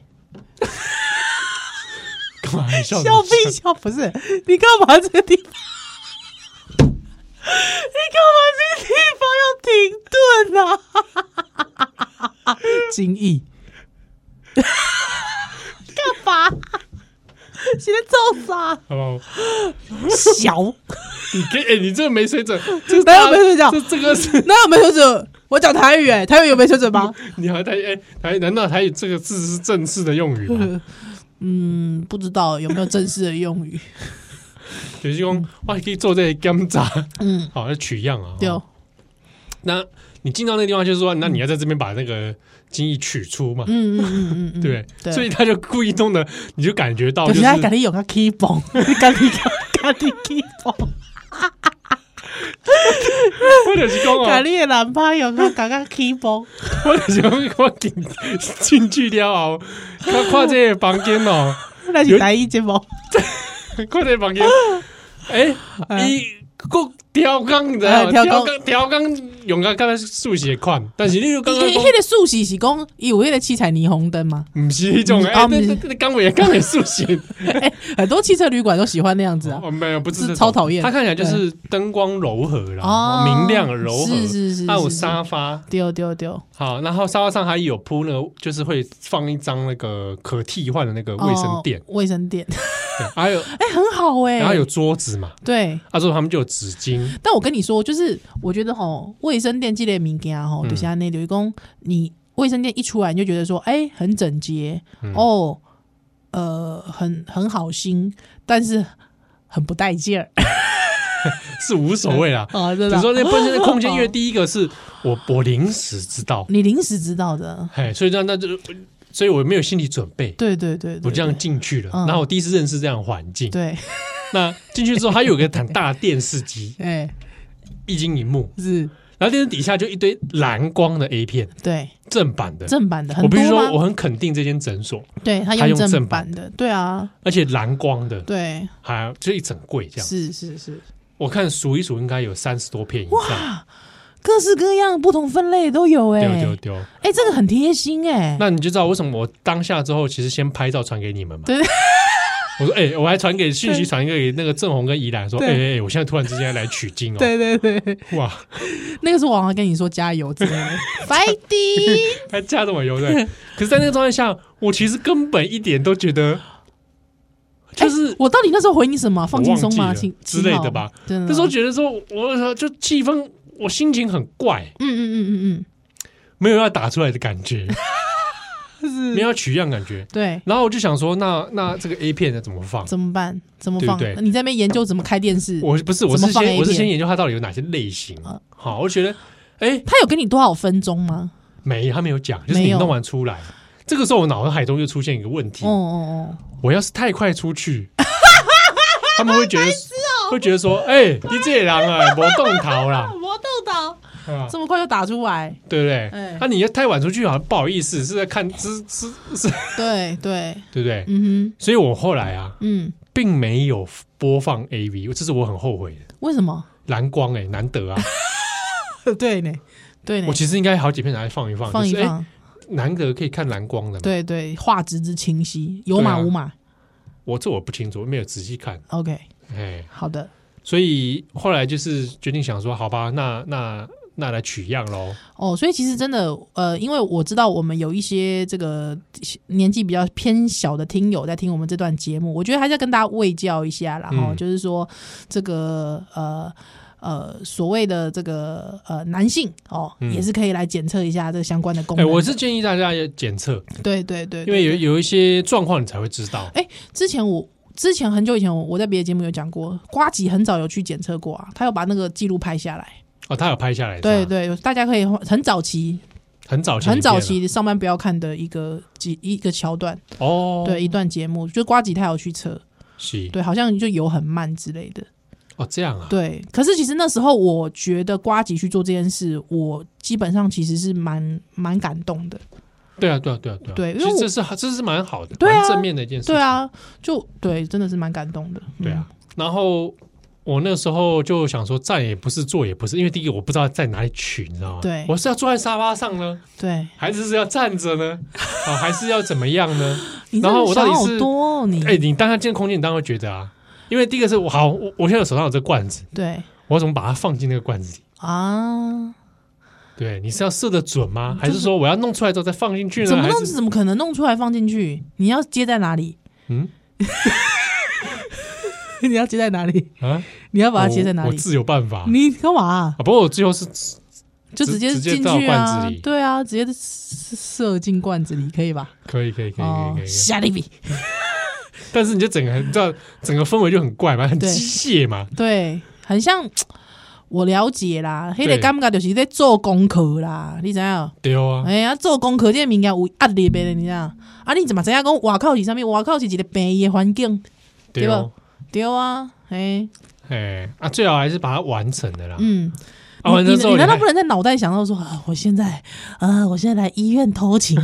[SPEAKER 2] 干嘛笑什
[SPEAKER 3] 笑
[SPEAKER 2] 么
[SPEAKER 3] 屁笑，不是你干嘛这个地方？你干嘛这个地方要停顿啊？ 惊异，干嘛？
[SPEAKER 5] 现在做啥？
[SPEAKER 3] 啊
[SPEAKER 2] 好不好？
[SPEAKER 5] 小
[SPEAKER 2] 你给哎，你这没水准，这是
[SPEAKER 3] 哎
[SPEAKER 5] 哪有
[SPEAKER 2] 大
[SPEAKER 5] 没水准
[SPEAKER 2] 这这个是
[SPEAKER 5] 哪有没水准？我讲台语哎、
[SPEAKER 3] 欸
[SPEAKER 5] 台语有没水准吗？
[SPEAKER 2] 你还台哎台难道台语这个字是正式的用语吗？
[SPEAKER 3] 嗯，不知道有没有正式的用语。
[SPEAKER 2] 就是讲哇，可以做这些检查，
[SPEAKER 3] 嗯，
[SPEAKER 2] 好要取样啊。
[SPEAKER 3] 对
[SPEAKER 2] 哦，那你进到那个地方，就是说，那你要在这边把那个精液取出嘛，
[SPEAKER 3] 嗯嗯嗯嗯嗯，
[SPEAKER 2] 对不对？
[SPEAKER 3] 对
[SPEAKER 2] 所以他就故意弄的，你就感觉到
[SPEAKER 3] 就
[SPEAKER 2] 就是是
[SPEAKER 3] 他家 己用个 key 泵， 家己家己 key 泵，
[SPEAKER 2] 我就是讲
[SPEAKER 3] 家
[SPEAKER 2] 哦，
[SPEAKER 3] 己的男朋友用刚刚 key 泵，
[SPEAKER 2] 我就是讲我进 进去了哦，看看这个房间哦，
[SPEAKER 3] 那是第一节目。
[SPEAKER 2] 看这个房间，哎，伊个调缸
[SPEAKER 3] 哎
[SPEAKER 2] 的
[SPEAKER 3] 调
[SPEAKER 2] 调
[SPEAKER 3] 缸
[SPEAKER 2] 缸调缸用个刚才速写款，但是你就刚
[SPEAKER 3] 伊
[SPEAKER 2] 刚
[SPEAKER 3] 迄
[SPEAKER 2] 讲
[SPEAKER 3] 迄个速是是讲伊有迄个七彩霓虹灯嘛？
[SPEAKER 2] 不是那种
[SPEAKER 3] 啊
[SPEAKER 2] 哎，
[SPEAKER 3] 不
[SPEAKER 2] 那
[SPEAKER 3] 是
[SPEAKER 2] 那那刚尾刚尾速写。
[SPEAKER 3] 哎，很多汽车旅馆都喜欢那样子啊。
[SPEAKER 2] 哦，没有，不是
[SPEAKER 3] 是
[SPEAKER 2] 这种
[SPEAKER 3] 超讨厌
[SPEAKER 2] 它看起来就是灯光柔和啦，
[SPEAKER 3] 哦
[SPEAKER 2] 明亮柔和，
[SPEAKER 3] 是是是
[SPEAKER 2] 还有
[SPEAKER 3] 是是
[SPEAKER 2] 沙发，
[SPEAKER 3] 对对对，
[SPEAKER 2] 好，然后沙发上还有铺那个，就是会放一张那个可替换的那个卫生垫
[SPEAKER 3] 哦，卫生垫，
[SPEAKER 2] 对还有
[SPEAKER 3] 哎，很好哎。
[SPEAKER 2] 然后有桌子嘛，
[SPEAKER 3] 对，
[SPEAKER 2] 啊，之后他们就有纸 巾，
[SPEAKER 3] 但我跟你说，就是我觉得吼，卫生垫这类物件吼，
[SPEAKER 2] 嗯
[SPEAKER 3] 就是安尼，就是讲你卫生垫一出来，你就觉得说，哎、很整洁、
[SPEAKER 2] 嗯
[SPEAKER 3] 哦，呃，很很好心，但是很不带劲儿
[SPEAKER 2] 是无所谓啦。
[SPEAKER 3] 啊，
[SPEAKER 2] 只
[SPEAKER 3] 真的
[SPEAKER 2] 是。说那卫生的空间，因为
[SPEAKER 3] 哦
[SPEAKER 2] 第一个是我我临时知道，
[SPEAKER 3] 你临时知道的，
[SPEAKER 2] 哎，所以那那就所以我没有心理准备，
[SPEAKER 3] 对对对
[SPEAKER 2] 我
[SPEAKER 3] 对，
[SPEAKER 2] 这样进去了，
[SPEAKER 3] 嗯
[SPEAKER 2] 然后我第一次认识这样的环境。
[SPEAKER 3] 对，
[SPEAKER 2] 那进去之后，它有个很大的电视机，
[SPEAKER 3] 哎、
[SPEAKER 2] 液晶荧幕，
[SPEAKER 3] 是，
[SPEAKER 2] 然后电视底下就一堆蓝光的 A 片，
[SPEAKER 3] 对，
[SPEAKER 2] 正版的。
[SPEAKER 3] 正版的 很
[SPEAKER 2] 我必
[SPEAKER 3] 多
[SPEAKER 2] 须说，
[SPEAKER 3] 吗？
[SPEAKER 2] 我很肯定这间诊所，
[SPEAKER 3] 对他
[SPEAKER 2] 他用正
[SPEAKER 3] 正
[SPEAKER 2] 版
[SPEAKER 3] 版的，对啊，
[SPEAKER 2] 而且蓝光的，
[SPEAKER 3] 对，
[SPEAKER 2] 还有就一整柜这样。
[SPEAKER 3] 是是是，
[SPEAKER 2] 我看数一数，应该有三十多片以上。
[SPEAKER 3] 各式各样不同分类都有哎、
[SPEAKER 2] 丢丢丢！
[SPEAKER 3] 哎、这个很贴心哎、
[SPEAKER 2] 那你就知道为什么我当下之后，其实先拍照传给你们嘛。
[SPEAKER 3] 对
[SPEAKER 2] 我说，哎、我还传给讯息，传给那个郑红跟怡兰说，哎
[SPEAKER 3] 对
[SPEAKER 2] 哎、哎我现在突然之间要来取经哦，
[SPEAKER 3] 对对对，
[SPEAKER 2] 哇，
[SPEAKER 3] 那个时候我好像跟你说加油之类 的，
[SPEAKER 4] ，fighting，
[SPEAKER 2] 还加这么 油对？可是，在那个状态下，我其实根本一点都觉得， 就是、
[SPEAKER 3] 哎我到底那时候回你什么？放轻松
[SPEAKER 2] 我
[SPEAKER 3] 吗？
[SPEAKER 2] 忘记
[SPEAKER 3] 轻
[SPEAKER 2] 了之类的吧？
[SPEAKER 3] 轻松真的吗，
[SPEAKER 2] 那时候觉得说，我就气氛，我心情很怪，
[SPEAKER 3] 嗯嗯嗯嗯
[SPEAKER 2] 没有要打出来的感觉，
[SPEAKER 3] 嗯， 是
[SPEAKER 2] 没有要取样感觉。
[SPEAKER 3] 对，
[SPEAKER 2] 然后我就想说，那那这个 A 片呢怎么放？
[SPEAKER 3] 怎么办？怎么
[SPEAKER 2] 对
[SPEAKER 3] 放？
[SPEAKER 2] 对
[SPEAKER 3] 你在那边研究怎么开电视？
[SPEAKER 2] 我不是，我
[SPEAKER 3] 怎
[SPEAKER 2] 是
[SPEAKER 3] 么放 A
[SPEAKER 2] 先
[SPEAKER 3] 片
[SPEAKER 2] 我是先研究它到底有哪些类型
[SPEAKER 3] 啊。
[SPEAKER 2] 好，我觉得，哎，
[SPEAKER 3] 他有给你多少分钟吗？
[SPEAKER 2] 没，他没有讲，就是
[SPEAKER 3] 没
[SPEAKER 2] 你
[SPEAKER 3] 有
[SPEAKER 2] 弄完出来。这个时候，我脑海中就出现一个问题
[SPEAKER 3] 哦：哦
[SPEAKER 2] 我要是太快出 去，他们会觉得会觉得说，哎，你这狼啊，我动逃啦
[SPEAKER 3] 哦，，魔豆岛
[SPEAKER 2] 啊
[SPEAKER 3] 这么快就打出来？
[SPEAKER 2] 对不对啊
[SPEAKER 3] 哎？
[SPEAKER 2] 那你要太晚出去，好像不好意思，是在看，是是是，
[SPEAKER 3] 对对，
[SPEAKER 2] 对不对？
[SPEAKER 3] 嗯哼，
[SPEAKER 2] 所以我后来啊，
[SPEAKER 3] 嗯，
[SPEAKER 2] 并没有播放 A V，这是我很后悔的。
[SPEAKER 3] 为 什么？
[SPEAKER 2] 蓝光哎、难得啊！
[SPEAKER 3] 对呢，对呢
[SPEAKER 2] 我，其实应该好几片拿来放一放，
[SPEAKER 3] 放一
[SPEAKER 2] 就是哎
[SPEAKER 3] 放，
[SPEAKER 2] 难得可以看蓝光的嘛。，
[SPEAKER 3] 对对，画质之清晰，有码
[SPEAKER 2] 对啊
[SPEAKER 3] 无码。
[SPEAKER 2] 我这我不清楚，没有仔细看。
[SPEAKER 3] OK，
[SPEAKER 2] 哎，
[SPEAKER 3] 好的，
[SPEAKER 2] 所以后来就是决定想说，好吧，那那那来取样喽。
[SPEAKER 3] 哦，所以其实真的，呃，因为我知道我们有一些这个年纪比较偏小的听友在听我们这段节目，我觉得还是要跟大家喂教一下啦，然后、
[SPEAKER 2] 嗯
[SPEAKER 3] 就是说这个呃。呃，所谓的这个呃男性哦，
[SPEAKER 2] 嗯
[SPEAKER 3] 也是可以来检测一下这个相关的功
[SPEAKER 2] 哎，
[SPEAKER 3] 能。
[SPEAKER 2] 我是建议大家要检测，
[SPEAKER 3] 对对对，
[SPEAKER 2] 因
[SPEAKER 3] 对
[SPEAKER 2] 为有有一些状况你才会知道。
[SPEAKER 3] 之前我之前很久以前我我在别的节目有讲过，瓜吉很早有去检测过啊，他有把那个记录拍下来。
[SPEAKER 2] 哦，他有拍下来，
[SPEAKER 3] 对
[SPEAKER 2] 是吧，
[SPEAKER 3] 对，大家可以很早期、
[SPEAKER 2] 很早期的
[SPEAKER 3] 很
[SPEAKER 2] 影片了，
[SPEAKER 3] 早期上班不要看的一个几一个桥段。
[SPEAKER 2] 哦，
[SPEAKER 3] 对一，段节目，就瓜吉他有去测，
[SPEAKER 2] 是，
[SPEAKER 3] 对，好像就游很慢之类的，
[SPEAKER 2] 哦，这样啊，
[SPEAKER 3] 对。可是其实那时候我觉得瓜吉去做这件事，我基本上其实是蛮蛮感动的，
[SPEAKER 2] 对啊，对啊，对啊，对啊，
[SPEAKER 3] 对因
[SPEAKER 2] 其
[SPEAKER 3] 为
[SPEAKER 2] 实
[SPEAKER 3] 我
[SPEAKER 2] 这是这是蛮好的，
[SPEAKER 3] 对啊
[SPEAKER 2] 蛮正面的一件事情。
[SPEAKER 3] 对啊，就对，真的是蛮感动的，嗯
[SPEAKER 2] 对啊，，然后我那时候就想说，站也不是，坐也不是，因为第一个我不知道在哪里取，你知道吗？
[SPEAKER 3] 对
[SPEAKER 2] 我是要坐在沙发上呢，
[SPEAKER 3] 嗯对。
[SPEAKER 2] 还是是要站着呢？啊，还是要怎么样 呢？
[SPEAKER 3] 你
[SPEAKER 2] 然后我到底
[SPEAKER 3] 真的想
[SPEAKER 2] 是
[SPEAKER 3] 好多、哦、你，
[SPEAKER 2] 哎，你当下进空间，你当然会觉得啊，因为第一个是我好，我我现在手上有这罐子，
[SPEAKER 3] 对
[SPEAKER 2] 我怎么把它放进那个罐子里？
[SPEAKER 3] 啊，
[SPEAKER 2] 对，你是要射得准吗？还是说我要弄出来之后再放进去呢？
[SPEAKER 3] 怎么
[SPEAKER 2] 还
[SPEAKER 3] 弄？
[SPEAKER 2] 是
[SPEAKER 3] 怎么可能弄出来放进去？你要接在哪里？
[SPEAKER 2] 嗯，
[SPEAKER 5] 你要接在哪里？
[SPEAKER 2] 啊，
[SPEAKER 5] 你要把它
[SPEAKER 2] 我
[SPEAKER 5] 接在哪
[SPEAKER 2] 哦我
[SPEAKER 5] 里？
[SPEAKER 2] 自有办法。
[SPEAKER 5] 你干嘛啊、
[SPEAKER 2] 啊，不过我最后是
[SPEAKER 5] 就
[SPEAKER 2] 直
[SPEAKER 5] 直接
[SPEAKER 2] 直接
[SPEAKER 5] 进
[SPEAKER 2] 倒
[SPEAKER 5] 去
[SPEAKER 2] 罐
[SPEAKER 5] 啊
[SPEAKER 2] 子里！
[SPEAKER 5] 对啊，直接射射进罐子里，可以吧？
[SPEAKER 2] 可以可以可以可以
[SPEAKER 5] 哦
[SPEAKER 2] 可以可，以，
[SPEAKER 5] 夏利比，
[SPEAKER 2] 但是你就整个你知道整个氛围就很怪嘛，很机
[SPEAKER 5] 对
[SPEAKER 2] 械嘛，
[SPEAKER 5] 对，
[SPEAKER 3] 很像我了解啦，迄、
[SPEAKER 2] 对
[SPEAKER 3] 个感觉就是在做功课啦，你知影？
[SPEAKER 2] 对啊，
[SPEAKER 3] 哎呀，做功课这个物件有压力的，你知影？啊，你怎么知影讲外口是啥物？外口是一个病的环境，
[SPEAKER 2] 对
[SPEAKER 3] 对
[SPEAKER 2] 啊
[SPEAKER 3] 吧，对啊，哎，
[SPEAKER 2] 哎啊，最好还是把它完成的啦。
[SPEAKER 3] 嗯，
[SPEAKER 2] 啊，完
[SPEAKER 3] 你
[SPEAKER 2] 成之
[SPEAKER 3] 你
[SPEAKER 2] 后
[SPEAKER 3] 你难道
[SPEAKER 2] 还
[SPEAKER 3] 不能在脑袋想到说啊，我现在啊，我现在来医院偷情？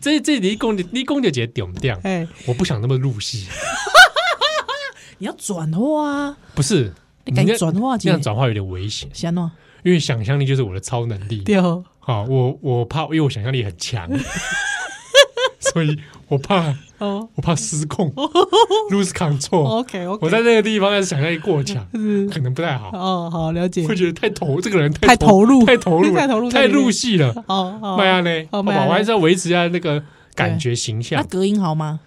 [SPEAKER 2] 这这你讲你讲就一个重点，
[SPEAKER 5] 哎、
[SPEAKER 2] 我不想那么入戏，
[SPEAKER 3] 哎你要转化啊，
[SPEAKER 2] 不是
[SPEAKER 3] 你赶紧
[SPEAKER 2] 这
[SPEAKER 3] 转化一
[SPEAKER 2] 这
[SPEAKER 3] 下
[SPEAKER 2] 样转化有点危险，
[SPEAKER 3] 是安怎？
[SPEAKER 2] 因为想象力就是我的超能力。
[SPEAKER 5] 对哦，
[SPEAKER 2] 好，我我怕，因为我想象力很 强，所以我怕
[SPEAKER 5] 哦
[SPEAKER 2] 我怕失控，lose control。
[SPEAKER 5] ，OK OK，
[SPEAKER 2] 我在那个地方要是想象力过强，可能不太好，
[SPEAKER 5] 哦，好了解
[SPEAKER 2] 会，觉得太投这个人
[SPEAKER 5] 太
[SPEAKER 2] 投
[SPEAKER 5] 投入
[SPEAKER 2] 太投 入了
[SPEAKER 5] 太投入在
[SPEAKER 2] 太
[SPEAKER 5] 里面
[SPEAKER 2] 入戏了。
[SPEAKER 5] 哦哦，
[SPEAKER 2] 麦亚啊呢？好
[SPEAKER 5] 哦
[SPEAKER 2] 吧，
[SPEAKER 5] 麦
[SPEAKER 3] 啊
[SPEAKER 5] 亚呢
[SPEAKER 2] 我还是要维持一下那个感觉形
[SPEAKER 3] 那
[SPEAKER 2] 象，
[SPEAKER 3] 啊
[SPEAKER 2] 啊
[SPEAKER 3] 隔音好吗？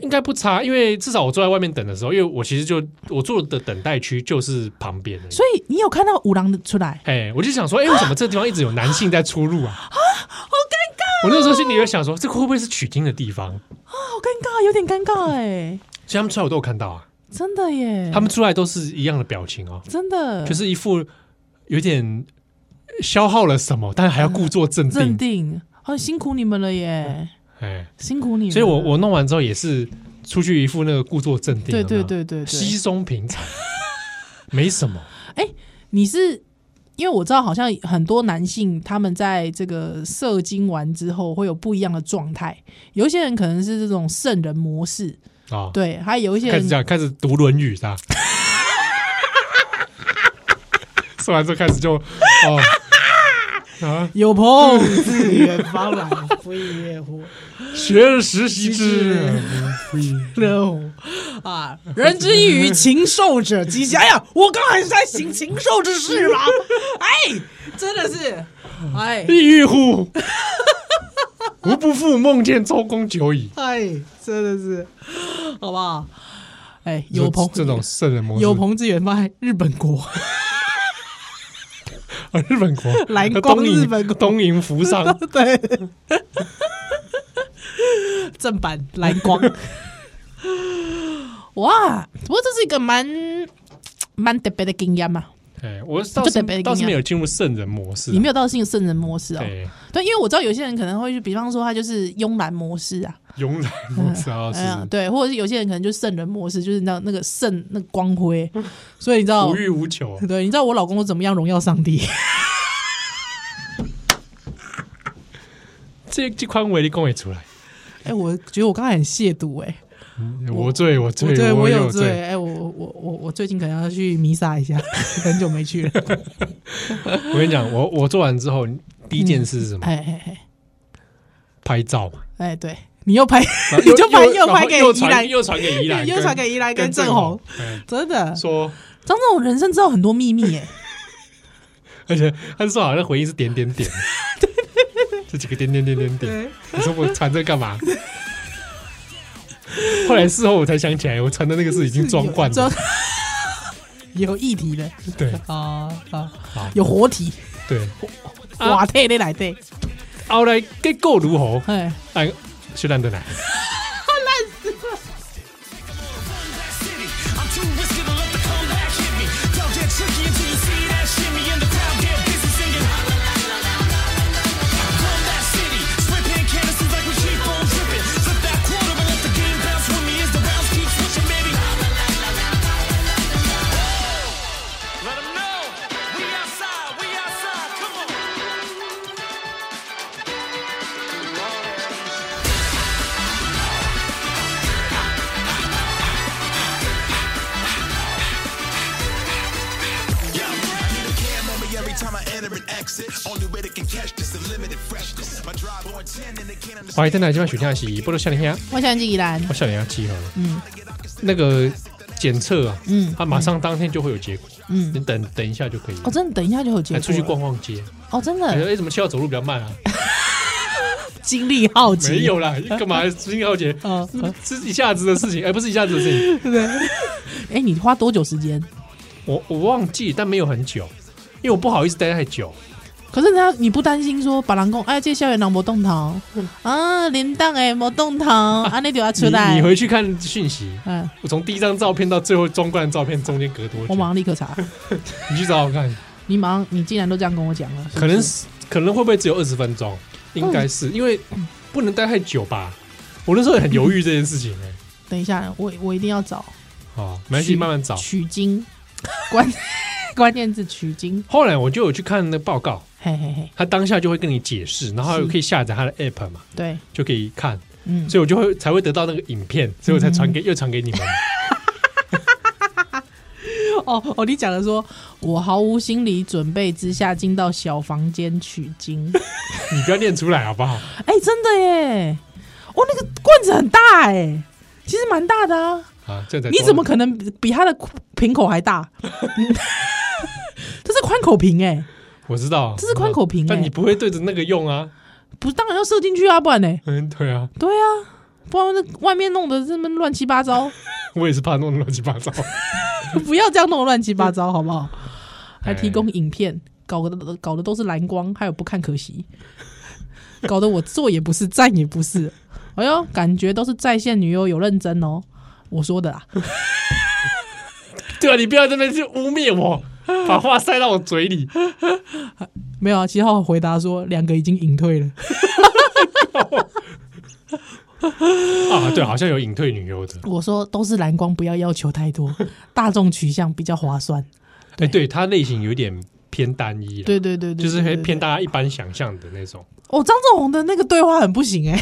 [SPEAKER 2] 应该不差，因为至少我坐在外面等的时候，因为我其实就我坐的等待区就是旁边的。
[SPEAKER 3] 所以你有看到五郎的出来？
[SPEAKER 2] 哎、我就想说，哎、为什么这地方一直有男性在出入啊？啊，好尴尬、我那时候心里就想说，这会不会是取经的地方？
[SPEAKER 3] 好尴尬，有点尴尬哎，
[SPEAKER 2] 所以他们出来我都有看到啊，
[SPEAKER 3] 真的耶，
[SPEAKER 2] 他们出来都是一样的表情哦，
[SPEAKER 3] 真的
[SPEAKER 2] 就是一副有点消耗了什么，但还要故作镇
[SPEAKER 3] 镇
[SPEAKER 2] 定。
[SPEAKER 3] 定，很辛苦你们了耶，
[SPEAKER 2] 哎、
[SPEAKER 3] 辛苦你们了。
[SPEAKER 2] 所以我我弄完之后也是出去一副那个故作镇定，
[SPEAKER 3] 对
[SPEAKER 2] 有没
[SPEAKER 3] 对
[SPEAKER 2] 有
[SPEAKER 3] 对对对
[SPEAKER 2] 稀，松平常， 没什么。
[SPEAKER 3] 你是因为我知道好像很多男性他们在这个射精完之后会有不一样的状态，有一些人可能是这种圣人模式，
[SPEAKER 2] 啊、
[SPEAKER 3] 对，还有一些
[SPEAKER 2] 开始
[SPEAKER 3] 人
[SPEAKER 2] 讲，开始读《论语》是吧？ 说完之后开始就哦啊，
[SPEAKER 5] 有朋自远方来，非也乎
[SPEAKER 2] 学而时习之，
[SPEAKER 5] 乐乎啊！人之异于禽兽者极其。哎呀，我刚还是在行禽兽之事吗？哎，真的是，哎
[SPEAKER 2] 必欲乎？吾不复梦见周公久矣。
[SPEAKER 5] 哎，真的是，好不好？哎，
[SPEAKER 2] 你说
[SPEAKER 5] 有朋
[SPEAKER 2] 这种圣人模式，
[SPEAKER 5] 有朋自远方来，日本国。
[SPEAKER 2] 啊日本国
[SPEAKER 5] 蓝光
[SPEAKER 2] 东瀛
[SPEAKER 5] 日本国
[SPEAKER 2] 东瀛扶桑，
[SPEAKER 5] 对，正版蓝光，
[SPEAKER 3] 哇，不过这是一个蛮蛮特别的经验啊嘛，
[SPEAKER 2] 哎，我倒
[SPEAKER 3] 就得别
[SPEAKER 2] 是
[SPEAKER 3] 的
[SPEAKER 2] 倒是
[SPEAKER 3] 经
[SPEAKER 2] 没
[SPEAKER 3] 验
[SPEAKER 2] 有进入圣人模式啊，
[SPEAKER 3] 你没有到性圣人模式哦，
[SPEAKER 2] 对
[SPEAKER 3] 对，因为我知道有些人可能会去，比方说他就是慵懒模式啊，
[SPEAKER 2] 慵懒模式啊，
[SPEAKER 3] 哎呀
[SPEAKER 2] 是
[SPEAKER 3] 对，或者是有些人可能就圣人模式，就是那那个圣那个 光辉，所以你知道
[SPEAKER 5] 哦
[SPEAKER 2] 无，欲无求。
[SPEAKER 3] 对，你知道我老公怎么样荣耀 上帝？
[SPEAKER 2] 这这款威力攻也出来，
[SPEAKER 5] 哎、我觉得我刚才很亵渎、哎，
[SPEAKER 2] 我醉我
[SPEAKER 5] 我
[SPEAKER 2] 醉
[SPEAKER 5] 我
[SPEAKER 2] 有
[SPEAKER 5] 罪，哎、我我我我最近可能要去弥撒 一下，很久没去了，
[SPEAKER 2] 我跟你讲，我我做完之后，第一件事是什么？
[SPEAKER 3] 哎哎哎
[SPEAKER 2] 拍照嘛，
[SPEAKER 3] 哎，对，
[SPEAKER 5] 你又拍，
[SPEAKER 2] 然后
[SPEAKER 5] 你就把
[SPEAKER 2] 啊又
[SPEAKER 5] 又拍给
[SPEAKER 2] 然后又
[SPEAKER 5] 宜
[SPEAKER 2] 传
[SPEAKER 5] 兰
[SPEAKER 2] 又传给宜兰，
[SPEAKER 5] 又传给宜兰
[SPEAKER 2] 跟
[SPEAKER 5] 跟
[SPEAKER 2] 郑
[SPEAKER 5] 郑红，，
[SPEAKER 2] 嗯
[SPEAKER 5] 真的，
[SPEAKER 2] 说，
[SPEAKER 3] 张总，我人生知道很多秘密耶，
[SPEAKER 2] 而且他说好像回应是点 点点，这几个点点点点点，
[SPEAKER 5] 对，
[SPEAKER 2] 你说我传这干嘛？后来事后我才想起来，我传的那个是已经 装罐了
[SPEAKER 5] 装，有议题的
[SPEAKER 2] 对
[SPEAKER 5] 啊啊
[SPEAKER 2] 好，
[SPEAKER 5] 有活体，
[SPEAKER 2] 对。啊
[SPEAKER 5] 瓦特的来对，
[SPEAKER 2] 后来结果如何？
[SPEAKER 5] 哎。
[SPEAKER 2] 哎，是烂的来。
[SPEAKER 1] I'm too risky to let the comeback hit me. Y'all get tricky until you see that shimmy and the crowd get busy singing. Run that city, spray paint canvases like we keep on dripping. Flip that quarter and let the game bounce with me as the rounds keep switching, baby. Let 'em know we outside, we outside. Come on.
[SPEAKER 6] cam on me every time I enter and exit. Only way they can catch this unlimited freshness. My drive on 10 and they can't understand.
[SPEAKER 2] 欢迎登来，今晚选项是不如夏天啊，
[SPEAKER 3] 我想去宜兰，
[SPEAKER 2] 我夏天要集合。嗯，那个检测啊，嗯，他马上当天就会有结果。嗯，你等等一下就可以了
[SPEAKER 3] 哦，。真的，等一下就有结
[SPEAKER 2] 来
[SPEAKER 3] 果，
[SPEAKER 2] 出去，逛逛街，
[SPEAKER 3] 哦，真
[SPEAKER 2] 哎、
[SPEAKER 3] 的，
[SPEAKER 2] 欸，怎么七号走路比较慢啊？
[SPEAKER 3] 精力耗竭，
[SPEAKER 2] 没有嗯啦，干嘛金浩杰
[SPEAKER 3] 啊啊
[SPEAKER 2] 是一下子的事情，哎，不是一下子的事情，
[SPEAKER 3] 哎、你花多久时间？
[SPEAKER 2] 我我忘记，但没有很久，因为我不好意思待太久。
[SPEAKER 3] 可是他你不担心说把人讲，哎，这校园人没动头
[SPEAKER 2] 嗯
[SPEAKER 3] 啊，林荡哎没 动头，啊，那就要出
[SPEAKER 2] 你
[SPEAKER 3] 来
[SPEAKER 2] 你。回去看讯息，
[SPEAKER 3] 嗯，
[SPEAKER 2] 我从第一张照片到最后装罐的照片中间隔多
[SPEAKER 3] 我
[SPEAKER 2] 久？
[SPEAKER 3] 马上立刻查。
[SPEAKER 2] 你去找我看，
[SPEAKER 3] 你马上，你既然都这样跟我讲了，是不是
[SPEAKER 2] 可能是可能会不会只有二十分钟？应该是因为不能待太久吧。我那时候也很犹豫这件事情哎、
[SPEAKER 3] 等一下，我我一定要找
[SPEAKER 2] 好，哦没关系，
[SPEAKER 3] 取
[SPEAKER 2] 慢慢找。
[SPEAKER 3] 取经关 关键字取经，
[SPEAKER 2] 后来我就有去看那个报告，
[SPEAKER 3] 嘿嘿嘿，
[SPEAKER 2] 他当下就会跟你解释，然后
[SPEAKER 3] 是
[SPEAKER 2] 可以下载他的 app 嘛，
[SPEAKER 3] 对，
[SPEAKER 2] 就可以看，
[SPEAKER 3] 嗯，
[SPEAKER 2] 所以我就会才会得到那个影片，所以我才传给、又传给你们。
[SPEAKER 3] 哦哦，你讲的说，我毫无心理准备之下进到小房间取经，
[SPEAKER 2] 你不要念出来好不好？
[SPEAKER 3] 哎、真的耶，哦，那个罐子很大哎，其实蛮大的啊。
[SPEAKER 2] 啊，这样才
[SPEAKER 3] 你怎么可能比他的瓶口还 大？这是宽口瓶哎、
[SPEAKER 2] 我知道？
[SPEAKER 3] 这是宽口瓶
[SPEAKER 2] 但
[SPEAKER 3] 欸
[SPEAKER 2] 你不会对着那个用啊？
[SPEAKER 3] 不是当然要射进去啊，不然呢、
[SPEAKER 2] 嗯，对啊，
[SPEAKER 3] 对啊，不然那外面弄得这么乱七八糟，
[SPEAKER 2] 我也是怕弄得乱七八糟。
[SPEAKER 3] 不要这样弄得乱七八糟，好不好？还提供
[SPEAKER 2] 哎
[SPEAKER 3] 影片，搞得搞得都是蓝光，还有不看可惜，搞得我坐也不是，站也不是，哎呦，感觉都是在线女友有认真哦，我说的啦，
[SPEAKER 2] 对啊，你不要在那边去污蔑我，把话塞到我嘴里。
[SPEAKER 3] 没有啊，七号回答说两个已经隐退了，
[SPEAKER 2] 啊，对，好像有隐退女优的。
[SPEAKER 3] 我说都是蓝光，不要要求太多，大众取向比较划算。
[SPEAKER 2] 哎、对，它类型有点偏单一啦，啊
[SPEAKER 3] 对对对对，
[SPEAKER 2] 就是
[SPEAKER 3] 对
[SPEAKER 2] 会
[SPEAKER 3] 对
[SPEAKER 2] 偏大家一般想象的那种。
[SPEAKER 3] 哦，张正宏的那个对话很不行哎、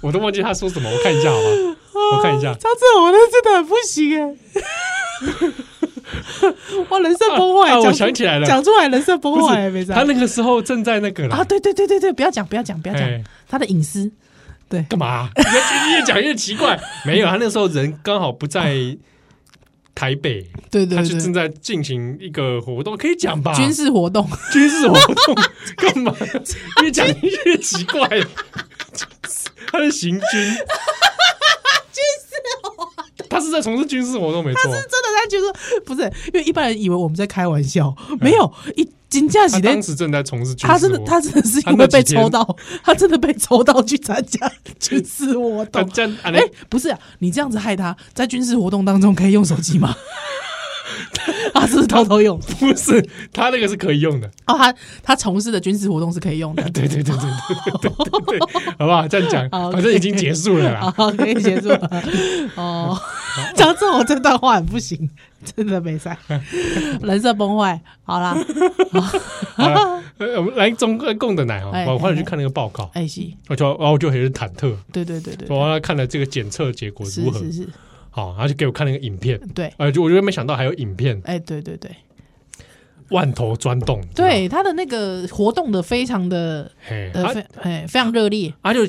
[SPEAKER 2] 我都忘记他说什么，我看一下好吗？我看一 下，
[SPEAKER 3] 张正宏的真的很不 行哎、哇，人设崩坏、
[SPEAKER 2] 啊啊
[SPEAKER 3] 讲出
[SPEAKER 2] 我想起来了
[SPEAKER 3] 讲出来人设崩
[SPEAKER 2] 不
[SPEAKER 3] 坏、欸，没
[SPEAKER 2] 是他那个时候正在那个啦
[SPEAKER 3] 啊，对对对对对，不要讲不要讲不要讲
[SPEAKER 2] 哎，
[SPEAKER 3] 他的隐私，
[SPEAKER 2] 干嘛？啊 你越越讲越奇怪。没有，他那时候人刚好不在台北，
[SPEAKER 3] 对
[SPEAKER 2] 他
[SPEAKER 3] 对
[SPEAKER 2] 就啊正在
[SPEAKER 3] 对，
[SPEAKER 2] 进行一个活动，可以讲吧？
[SPEAKER 3] 军事活动，
[SPEAKER 2] 军事活动干嘛？越讲越奇怪。他是行军， 军事活动，他是在从事军事活动，没错。
[SPEAKER 3] 真的他觉得不是，因为一般人以为我们在开玩笑，没有一金价
[SPEAKER 2] 他
[SPEAKER 3] 喜的
[SPEAKER 2] 当时正在从事军事活动，
[SPEAKER 3] 他真的，他真的是因为被抽到，他真的被抽到去参 加军事活
[SPEAKER 2] 他
[SPEAKER 3] 动。
[SPEAKER 2] 这样，哎、
[SPEAKER 3] 哎、不是、啊，你这样子害他在军事活动当中可以用手机吗？ 他是不是偷偷用？
[SPEAKER 2] 不是，他那个是可以用的。。
[SPEAKER 3] 哦，他他从事的军事活动是可以用的
[SPEAKER 2] 对对对对对对对对，好不好？这样讲，
[SPEAKER 3] 好
[SPEAKER 2] 反正已经结束了啦。
[SPEAKER 3] 好，可以结束了。哦，讲这我这段话很不行，真的没赛，人设崩坏。好啦，
[SPEAKER 2] 好了呃我们来中呃共的奶哦
[SPEAKER 3] 哎，
[SPEAKER 2] 我后来去看那个报告，
[SPEAKER 3] 哎、西，
[SPEAKER 2] 我就然后我就很忐忑，
[SPEAKER 3] 对对对对，
[SPEAKER 2] 我让他看了这个检测结果如
[SPEAKER 3] 是
[SPEAKER 2] 何，
[SPEAKER 3] 是是，
[SPEAKER 2] 好，然后就给我看了一个影片，
[SPEAKER 3] 对，
[SPEAKER 2] 呃，就我就没想到还有影片
[SPEAKER 3] 哎、对对
[SPEAKER 2] 啊
[SPEAKER 3] 对，
[SPEAKER 2] 万头钻洞，你知道吗，
[SPEAKER 3] 对他的那个活动的非常的
[SPEAKER 2] 嘿，
[SPEAKER 3] 呃，
[SPEAKER 2] 啊
[SPEAKER 3] 非哎非常热烈，
[SPEAKER 2] 啊就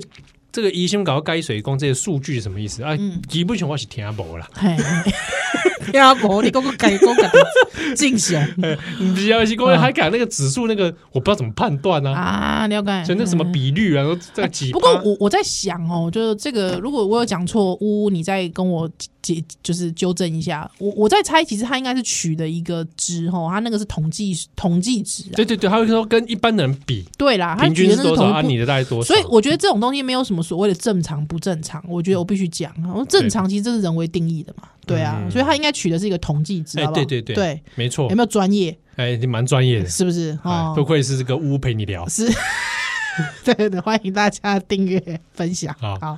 [SPEAKER 2] 这个疑心搞该水工这些数据是什么意思啊？
[SPEAKER 3] 嗯
[SPEAKER 2] 基本上我是听无啦，
[SPEAKER 3] 嘿， 听无你讲个改讲 个进行嗯
[SPEAKER 2] 比较是工还敢那个指数那个我不知道怎么判断啊，
[SPEAKER 3] 啊，了解。
[SPEAKER 2] 所以那什么比率啊，都在几趴，
[SPEAKER 3] 不过我我在想哦，就是这个，如果我有讲错，呜呜，你再跟我解，就是纠正一下。我我在猜，其实他应该是取的一个值哦，他那个是统计统计值、啊。
[SPEAKER 2] 对对对，他会说跟一般人比
[SPEAKER 3] 对啦，他
[SPEAKER 2] 平
[SPEAKER 3] 举
[SPEAKER 2] 均
[SPEAKER 3] 的
[SPEAKER 2] 是
[SPEAKER 3] 那个
[SPEAKER 2] 多少
[SPEAKER 3] 统
[SPEAKER 2] 啊，
[SPEAKER 3] 计
[SPEAKER 2] 你的大概多少，
[SPEAKER 3] 所以我觉得这种东西没有什么所谓的正常不正常，我觉得我必须讲啊，正常其实这是人为定义的嘛，对啊，
[SPEAKER 2] 嗯
[SPEAKER 3] 所以他应该取的是一个统计值，
[SPEAKER 2] 哎
[SPEAKER 3] 好不好
[SPEAKER 2] 对对对
[SPEAKER 3] 对，
[SPEAKER 2] 没错
[SPEAKER 3] 有，没有专业？
[SPEAKER 2] 哎，你蛮专业的。
[SPEAKER 3] 是不是？
[SPEAKER 2] 哎
[SPEAKER 3] 哦，，
[SPEAKER 2] 不愧是这个屋陪你聊
[SPEAKER 3] 是， 对对对，欢迎大家订阅分享。
[SPEAKER 2] 好
[SPEAKER 3] 好，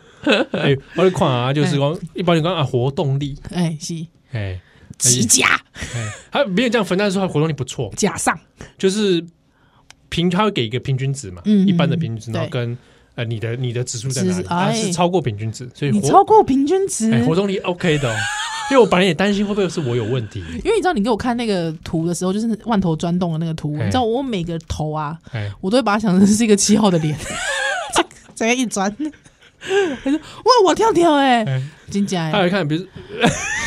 [SPEAKER 2] 哎，我的看啊，就是讲
[SPEAKER 3] 嗯
[SPEAKER 2] 一般人讲啊活动力，
[SPEAKER 3] 哎，是
[SPEAKER 2] 哎，
[SPEAKER 3] 起假
[SPEAKER 2] 哎还没有这样分，但是他活动力不错，
[SPEAKER 3] 假上，
[SPEAKER 2] 就是平他会给一个平均值嘛，
[SPEAKER 3] 嗯
[SPEAKER 2] 一般的平均值，
[SPEAKER 3] 嗯
[SPEAKER 2] 然后跟呃你的你的指数在
[SPEAKER 3] 指
[SPEAKER 2] 哪里，
[SPEAKER 3] 哎
[SPEAKER 2] 它是超过平均值，所以
[SPEAKER 3] 你
[SPEAKER 2] 哎活
[SPEAKER 3] 超嗯过平均值，
[SPEAKER 2] 哎活动力 OK 的哦，因为我本来也担心会不会是我有问题，
[SPEAKER 3] 因为你知道你给我看那个图的时候，就是万头钻洞的那个图，
[SPEAKER 2] 哎
[SPEAKER 3] 你知道我每个头啊，
[SPEAKER 2] 哎，
[SPEAKER 3] 我都会把它想成是一个七号的 脸，这样一转，他说哇，我跳跳哎、欸
[SPEAKER 2] 哎，
[SPEAKER 3] 金甲
[SPEAKER 2] 还
[SPEAKER 3] 哎，
[SPEAKER 2] 有看，比如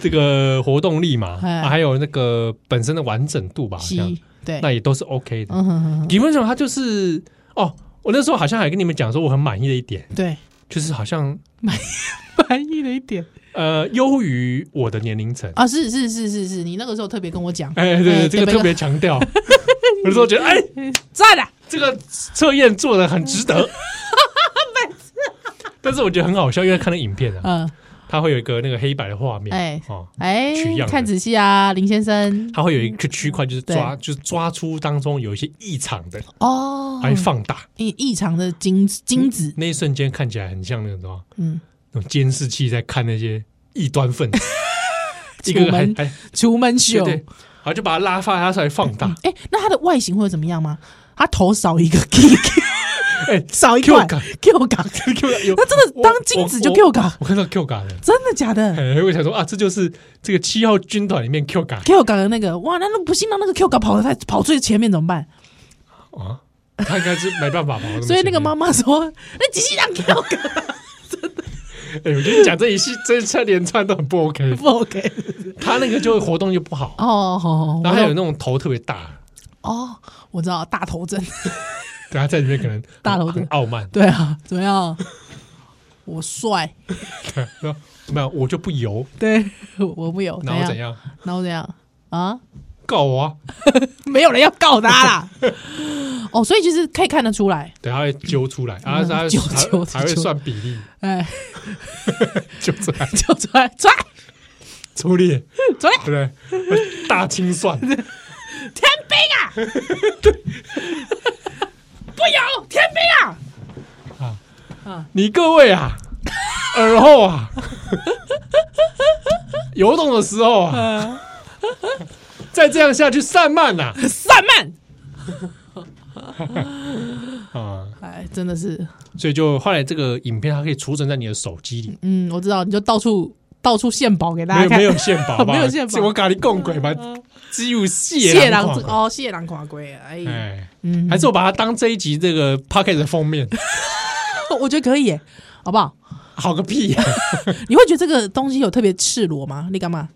[SPEAKER 2] 这个活动力嘛，
[SPEAKER 3] 哎
[SPEAKER 2] 啊还有那个本身的完整度吧，好像
[SPEAKER 3] 西对，
[SPEAKER 2] 那也都是 OK 的。
[SPEAKER 3] 嗯哼哼哼，
[SPEAKER 2] 理论上它就是哦，我那时候好像还跟你们讲说我很满意的一点，
[SPEAKER 3] 对，
[SPEAKER 2] 就是好像
[SPEAKER 5] 满意了一点，
[SPEAKER 2] 呃优于我的年龄层。
[SPEAKER 3] 啊，是是是是是，你那个时候特别跟我讲，
[SPEAKER 2] 哎，对对，这个特别强调。我那时候觉得，哎，
[SPEAKER 5] 赞啊！
[SPEAKER 2] 这个测验做的很 值得。但是我觉得很好笑，因为看了影片啊，
[SPEAKER 3] 嗯，
[SPEAKER 2] 它会有一个那个黑白的画面，
[SPEAKER 3] 哎
[SPEAKER 2] 哦，
[SPEAKER 3] 哎
[SPEAKER 2] 取样，的
[SPEAKER 3] 看仔细啊，林先生，
[SPEAKER 2] 它会有一个区块，就是抓，就是抓出当中有一些异常的，
[SPEAKER 3] 哦，
[SPEAKER 2] 还放大。
[SPEAKER 3] 异异常的精精子，
[SPEAKER 2] 那一瞬间看起来很像那种什么，
[SPEAKER 3] 嗯，
[SPEAKER 2] 那种监视器在看那些异端分 子，一个
[SPEAKER 5] 楚
[SPEAKER 2] 个还
[SPEAKER 5] 门
[SPEAKER 2] 还
[SPEAKER 5] 楚门
[SPEAKER 2] 对
[SPEAKER 5] 秀
[SPEAKER 2] 对，然后就把它拉发，它才放 大。
[SPEAKER 3] 哎，那它的外形会怎么样吗？它头少一个 Q，
[SPEAKER 2] 哎
[SPEAKER 3] 少一
[SPEAKER 2] ，Q
[SPEAKER 3] 块
[SPEAKER 2] 感
[SPEAKER 3] Q 港，
[SPEAKER 2] ，Q 感有，
[SPEAKER 3] 那真的
[SPEAKER 2] 我
[SPEAKER 3] 当精子就
[SPEAKER 2] 我
[SPEAKER 3] Q 港，
[SPEAKER 2] 我看到 Q 感了。
[SPEAKER 3] 真的假的
[SPEAKER 2] 哎，我想说啊，这就是这个七号军团里面 Q 嘎
[SPEAKER 3] ？Q 港的那个，哇，那那不幸让那个 Q 港跑得太跑最前面怎么办？
[SPEAKER 2] 啊，他应该是没办法吧？
[SPEAKER 3] 所以那个妈
[SPEAKER 2] 妈，
[SPEAKER 3] 妈说， 那机器让 Q 港
[SPEAKER 2] 哎，我跟你讲，这一系这一串连串都很不 OK，
[SPEAKER 3] 不 OK？
[SPEAKER 2] 他那个就活动就不好，
[SPEAKER 3] 哦，好，
[SPEAKER 2] 然后还有
[SPEAKER 3] 我
[SPEAKER 2] 那种头特别大，
[SPEAKER 3] 哦，我知道大头针，
[SPEAKER 2] 对，他在里面可能很
[SPEAKER 3] 大头
[SPEAKER 2] 很傲慢，
[SPEAKER 3] 对啊，怎么样？我帅，
[SPEAKER 2] 对，说没有我就不油，
[SPEAKER 3] 对我不有，
[SPEAKER 2] 然后
[SPEAKER 3] 怎
[SPEAKER 2] 怎
[SPEAKER 3] 样？
[SPEAKER 2] 样
[SPEAKER 3] 然后怎样啊？
[SPEAKER 2] 告我啊？
[SPEAKER 3] 没有人要告他 啦。哦，所以其实可以看得出来，
[SPEAKER 2] 对，他会揪出来，啊，
[SPEAKER 3] 嗯
[SPEAKER 2] 他
[SPEAKER 3] 揪
[SPEAKER 2] 还
[SPEAKER 3] 揪
[SPEAKER 2] 还会
[SPEAKER 3] 揪
[SPEAKER 2] 算比例，
[SPEAKER 3] 哎，
[SPEAKER 2] 揪出来
[SPEAKER 3] 就出来，出来，
[SPEAKER 2] 出力，
[SPEAKER 3] 出来，
[SPEAKER 2] 对不对？大清 算，
[SPEAKER 3] 天兵啊！不有天兵啊！
[SPEAKER 2] 你各位啊，耳后啊，游动的时候啊，
[SPEAKER 3] 嗯
[SPEAKER 2] 再这样下去散漫呐
[SPEAKER 3] 散漫。
[SPEAKER 2] 啊，
[SPEAKER 3] 哎，真的是，
[SPEAKER 2] 所以就后来这个影片它可以储存在你的手机里，
[SPEAKER 3] 嗯，我知道，你就到处到处献宝给大
[SPEAKER 2] 没有
[SPEAKER 3] 家看。
[SPEAKER 2] 没有限宝吧？
[SPEAKER 3] 没有嗯限宝
[SPEAKER 2] 我咖喱共鬼嘛，只有
[SPEAKER 3] 谢
[SPEAKER 2] 蟹
[SPEAKER 3] 郎
[SPEAKER 2] 郎
[SPEAKER 3] 哦，谢郎垮龟，哎，
[SPEAKER 2] 哎，
[SPEAKER 3] 嗯，
[SPEAKER 2] 还是我把它当这一集这个 p o c k e t 的封面，
[SPEAKER 3] 我觉得可以耶，好不好？
[SPEAKER 2] 好个屁啊 呀！
[SPEAKER 3] 你会觉得这个东西有特别赤裸吗？你干嘛？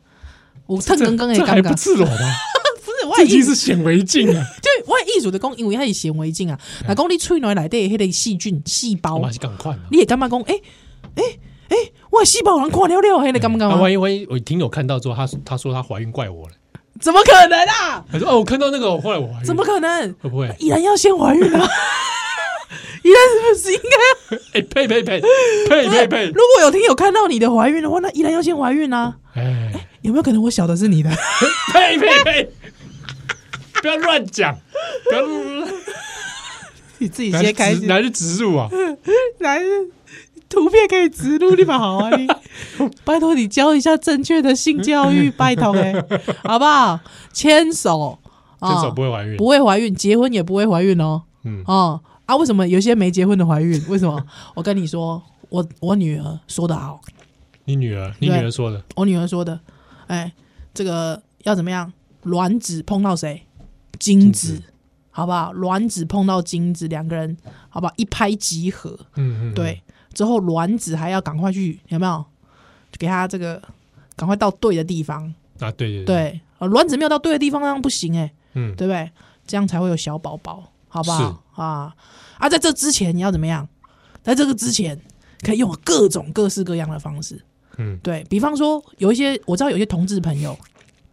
[SPEAKER 3] 我蹭
[SPEAKER 2] 这
[SPEAKER 3] 更更也
[SPEAKER 2] 这还不
[SPEAKER 3] 尴尬，
[SPEAKER 2] 赤裸 吗？
[SPEAKER 3] 不是，我
[SPEAKER 2] 这
[SPEAKER 3] 的
[SPEAKER 2] 已
[SPEAKER 3] 意
[SPEAKER 2] 经是
[SPEAKER 3] 思
[SPEAKER 2] 显微镜啊了，
[SPEAKER 3] 对，我的意思就讲，因为它是显微镜啊，
[SPEAKER 2] 哎
[SPEAKER 3] 那讲你吹落来底迄个细菌细
[SPEAKER 2] 我
[SPEAKER 3] 胞
[SPEAKER 2] 还，是赶快嘛。
[SPEAKER 3] 你也感觉讲，哎哎哎，我的细胞有人看了了，迄个感觉
[SPEAKER 2] 啊
[SPEAKER 3] 吗
[SPEAKER 2] 万？一万一我听友看到之后，他他说他怀孕怪我了。
[SPEAKER 3] 怎么可能啊？
[SPEAKER 2] 他说：“哦，我看到那个，我后来我怀孕
[SPEAKER 3] 怎么可能？
[SPEAKER 2] 会不会？
[SPEAKER 3] 依然要先怀孕啊！ 依然是不是应 该？
[SPEAKER 2] 哎，呸呸呸呸呸呸
[SPEAKER 3] 如！果有听友看到你的怀孕的话，那依然要先怀孕啊！
[SPEAKER 2] 哎，
[SPEAKER 3] 有没有可能我小的是你的？
[SPEAKER 2] 呸呸呸！不要乱讲，不要
[SPEAKER 5] 你自己
[SPEAKER 2] 拿去
[SPEAKER 5] 先开
[SPEAKER 2] 植
[SPEAKER 5] 始，
[SPEAKER 2] 拿去植入啊！
[SPEAKER 5] 来图片可以植入，你们好啊！ 你
[SPEAKER 3] 拜托你教一下正确的性 教育，拜托哎、好不好？牵手，啊
[SPEAKER 2] 牵手不会怀孕
[SPEAKER 3] 不会怀孕，结婚也不会怀孕哦。
[SPEAKER 2] 嗯
[SPEAKER 3] 哦啊，为什么有些没结婚的怀孕？为什么？ 我跟你说，我我女儿说的好，
[SPEAKER 2] 你女儿，你女儿说的，
[SPEAKER 3] 我女儿说的，哎，这个要怎么样？卵子碰到谁？精子，
[SPEAKER 2] 精子
[SPEAKER 3] 好不好？卵子碰到精子，两个人好不好？一拍即合，
[SPEAKER 2] 嗯嗯，嗯，
[SPEAKER 3] 对，之后卵子还要赶快去，有没有？给它这个赶快到对的地方。
[SPEAKER 2] 啊，对对，
[SPEAKER 3] 对，呃卵子没有到对的地方，那样不行哎、
[SPEAKER 2] 嗯，
[SPEAKER 3] 对不对？这样才会有小宝宝，好不好？
[SPEAKER 2] 是
[SPEAKER 3] 啊啊，在这之前你要怎么样？在这个之前，可以用各种各式各样的方式。
[SPEAKER 2] 嗯
[SPEAKER 3] 对比方说，有一些我知道有一些同志朋友，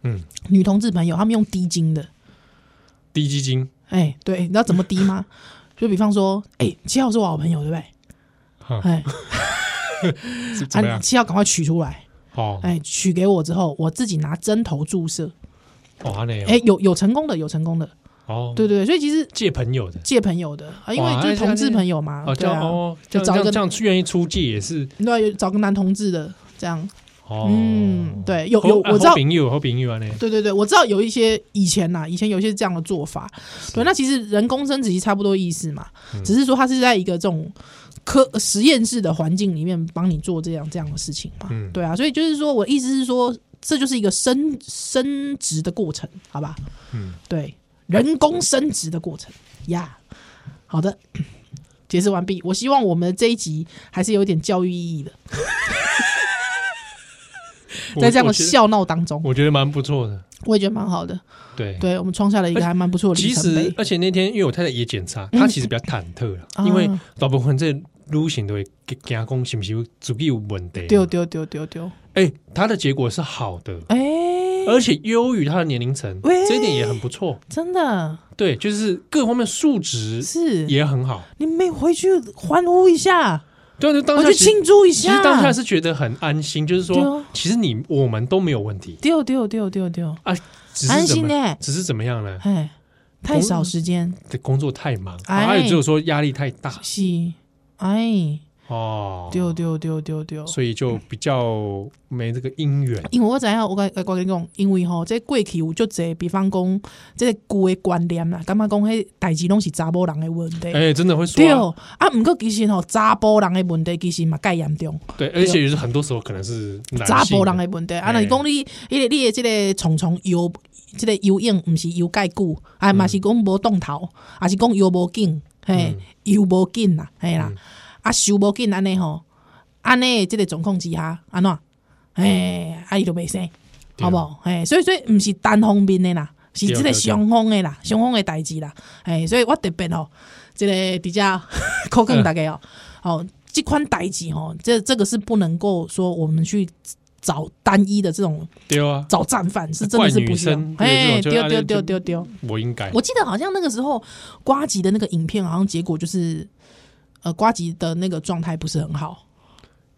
[SPEAKER 2] 嗯，
[SPEAKER 3] 女同志朋友，他们用滴精的，
[SPEAKER 2] 低基金
[SPEAKER 3] 哎，对，你知道怎么滴吗？就比方说，哎，七号是我好朋友，对不对？
[SPEAKER 2] 哈
[SPEAKER 3] 哎，
[SPEAKER 2] 是怎么
[SPEAKER 3] 啊，
[SPEAKER 2] 样
[SPEAKER 3] 你？七号赶快取出来，
[SPEAKER 2] 哦
[SPEAKER 3] 哎，取给我之后，我自己拿针头注射，
[SPEAKER 2] 哦，阿内
[SPEAKER 3] 哎，有有成功的，有成功的，
[SPEAKER 2] 哦，
[SPEAKER 3] 对对对，所以其实
[SPEAKER 2] 借朋友的
[SPEAKER 3] 借朋友的啊，因为
[SPEAKER 2] 哇
[SPEAKER 3] 就是
[SPEAKER 2] 那
[SPEAKER 3] 同志朋友嘛，
[SPEAKER 2] 哦，
[SPEAKER 3] 对
[SPEAKER 2] 叫
[SPEAKER 3] 啊，
[SPEAKER 2] 哦，这样
[SPEAKER 3] 就
[SPEAKER 2] 这
[SPEAKER 3] 找一
[SPEAKER 2] 样
[SPEAKER 3] 个
[SPEAKER 2] 这样愿意出借也是
[SPEAKER 3] 对啊，找个男同志的这样，
[SPEAKER 2] 哦，
[SPEAKER 3] 嗯，对，有有
[SPEAKER 2] 好
[SPEAKER 3] 我知道
[SPEAKER 2] 好，朋友，好朋友啊，那
[SPEAKER 3] 对对对，我知道有一些以前呐，以前有一些这样的做法，对，那其实人工生殖其实差不多意思嘛，
[SPEAKER 2] 嗯
[SPEAKER 3] 只是说它是在一个这种科呃实验室的环境里面帮你做这样这样的事情嘛，
[SPEAKER 2] 嗯
[SPEAKER 3] 对啊，所以就是说我意思是说，这就是一个升升值的过程，好吧？
[SPEAKER 2] 嗯，
[SPEAKER 3] 对，人工生殖的过程呀。好的， 解释完毕。我希望我们这一集还是有点教育意义的，
[SPEAKER 2] 我
[SPEAKER 3] 在这样
[SPEAKER 2] 我
[SPEAKER 3] 的
[SPEAKER 2] 觉得
[SPEAKER 3] 笑闹当中，
[SPEAKER 2] 我觉得蛮不错的。
[SPEAKER 3] 我也觉得蛮好的。
[SPEAKER 2] 对。
[SPEAKER 3] 对我们创下了一个
[SPEAKER 2] 哎
[SPEAKER 3] 还蛮不错的里
[SPEAKER 2] 其
[SPEAKER 3] 程
[SPEAKER 2] 实
[SPEAKER 3] 碑，。
[SPEAKER 2] 而且那天因为我太太也检查，她其实比较忐忑了，
[SPEAKER 3] 嗯啊
[SPEAKER 2] 因为大部分这路线都会惊讲是不是有自己有问题。
[SPEAKER 3] 丢丢丢丢丢，
[SPEAKER 2] 哎，她的结果是好的，
[SPEAKER 3] 哎、
[SPEAKER 2] 而且优于她的年龄层，
[SPEAKER 3] 喂
[SPEAKER 2] 这一点也很不错。
[SPEAKER 3] 真的
[SPEAKER 2] 对，就是各方面素质
[SPEAKER 3] 是
[SPEAKER 2] 也很好。
[SPEAKER 3] 你们回去欢呼一下，
[SPEAKER 2] 对，就当
[SPEAKER 3] 回
[SPEAKER 2] 下
[SPEAKER 3] 去
[SPEAKER 2] 其
[SPEAKER 3] 庆祝一
[SPEAKER 2] 其实
[SPEAKER 3] 下。
[SPEAKER 2] 当下是觉得很安心，就是
[SPEAKER 3] 对
[SPEAKER 2] 说
[SPEAKER 3] 啊，
[SPEAKER 2] 其实你我们都没有问题
[SPEAKER 3] 丢丢丢丢丢，
[SPEAKER 2] 啊，只是
[SPEAKER 3] 安
[SPEAKER 2] 怎
[SPEAKER 3] 心
[SPEAKER 2] 么，
[SPEAKER 3] 呢？
[SPEAKER 2] 只是怎么样呢？
[SPEAKER 3] 哎，太少时间，
[SPEAKER 2] 这工作太忙，啊
[SPEAKER 3] 哎
[SPEAKER 2] 还有就是说压力太大
[SPEAKER 3] 是哎，
[SPEAKER 2] 哦，
[SPEAKER 3] 丢丢丢丢丢。
[SPEAKER 2] 所以就比较没这个姻缘。
[SPEAKER 3] 因为我知影，我甲我甲你讲，因为吼，这过去有足侪，比方讲，这旧的观念啦，感觉讲迄代志拢是查某人的问题。
[SPEAKER 2] 哎，真的会说
[SPEAKER 3] 对
[SPEAKER 2] 啊，
[SPEAKER 3] 啊，毋过其实吼，查甫人的问题其实嘛介严重，
[SPEAKER 2] 对，而且就是很多时候可能是男
[SPEAKER 3] 查
[SPEAKER 2] 性
[SPEAKER 3] 甫
[SPEAKER 2] 的
[SPEAKER 3] 人的问题。啊，
[SPEAKER 2] 哎
[SPEAKER 3] 若是讲你，你的你的即个重重腰，即个腰硬毋是腰介久，啊
[SPEAKER 2] 嗯
[SPEAKER 3] 嘛是讲无动头，啊是讲腰无紧，
[SPEAKER 2] 嗯
[SPEAKER 3] 嘿，腰无紧啦，嘿啦，啊手无紧安尼吼，安尼的即个状况之下，安怎？嘿，啊伊就袂生。
[SPEAKER 2] 对
[SPEAKER 3] 好不好？嘿，所以所以毋是单方面的啦，是即
[SPEAKER 2] 对
[SPEAKER 3] 个
[SPEAKER 2] 对
[SPEAKER 3] 双方的啦，双方的代志啦。嘿，所以我特别吼，即、个伫 遮口讲大家哦，
[SPEAKER 2] 嗯
[SPEAKER 3] 哦，即款代志吼，这这个是不能够说我们去找单一的这种
[SPEAKER 2] 对啊，
[SPEAKER 3] 找战犯，是真的是不需要
[SPEAKER 2] 怪女生。
[SPEAKER 3] 嘿，
[SPEAKER 2] 对这种就啊
[SPEAKER 3] 丢丢
[SPEAKER 2] 就哎
[SPEAKER 3] 丢丢丢！
[SPEAKER 2] 我应该
[SPEAKER 3] 我记得好像那个时候瓜吉的那个影片，好像结果就是。呃，瓜吉的那个状态不是很好，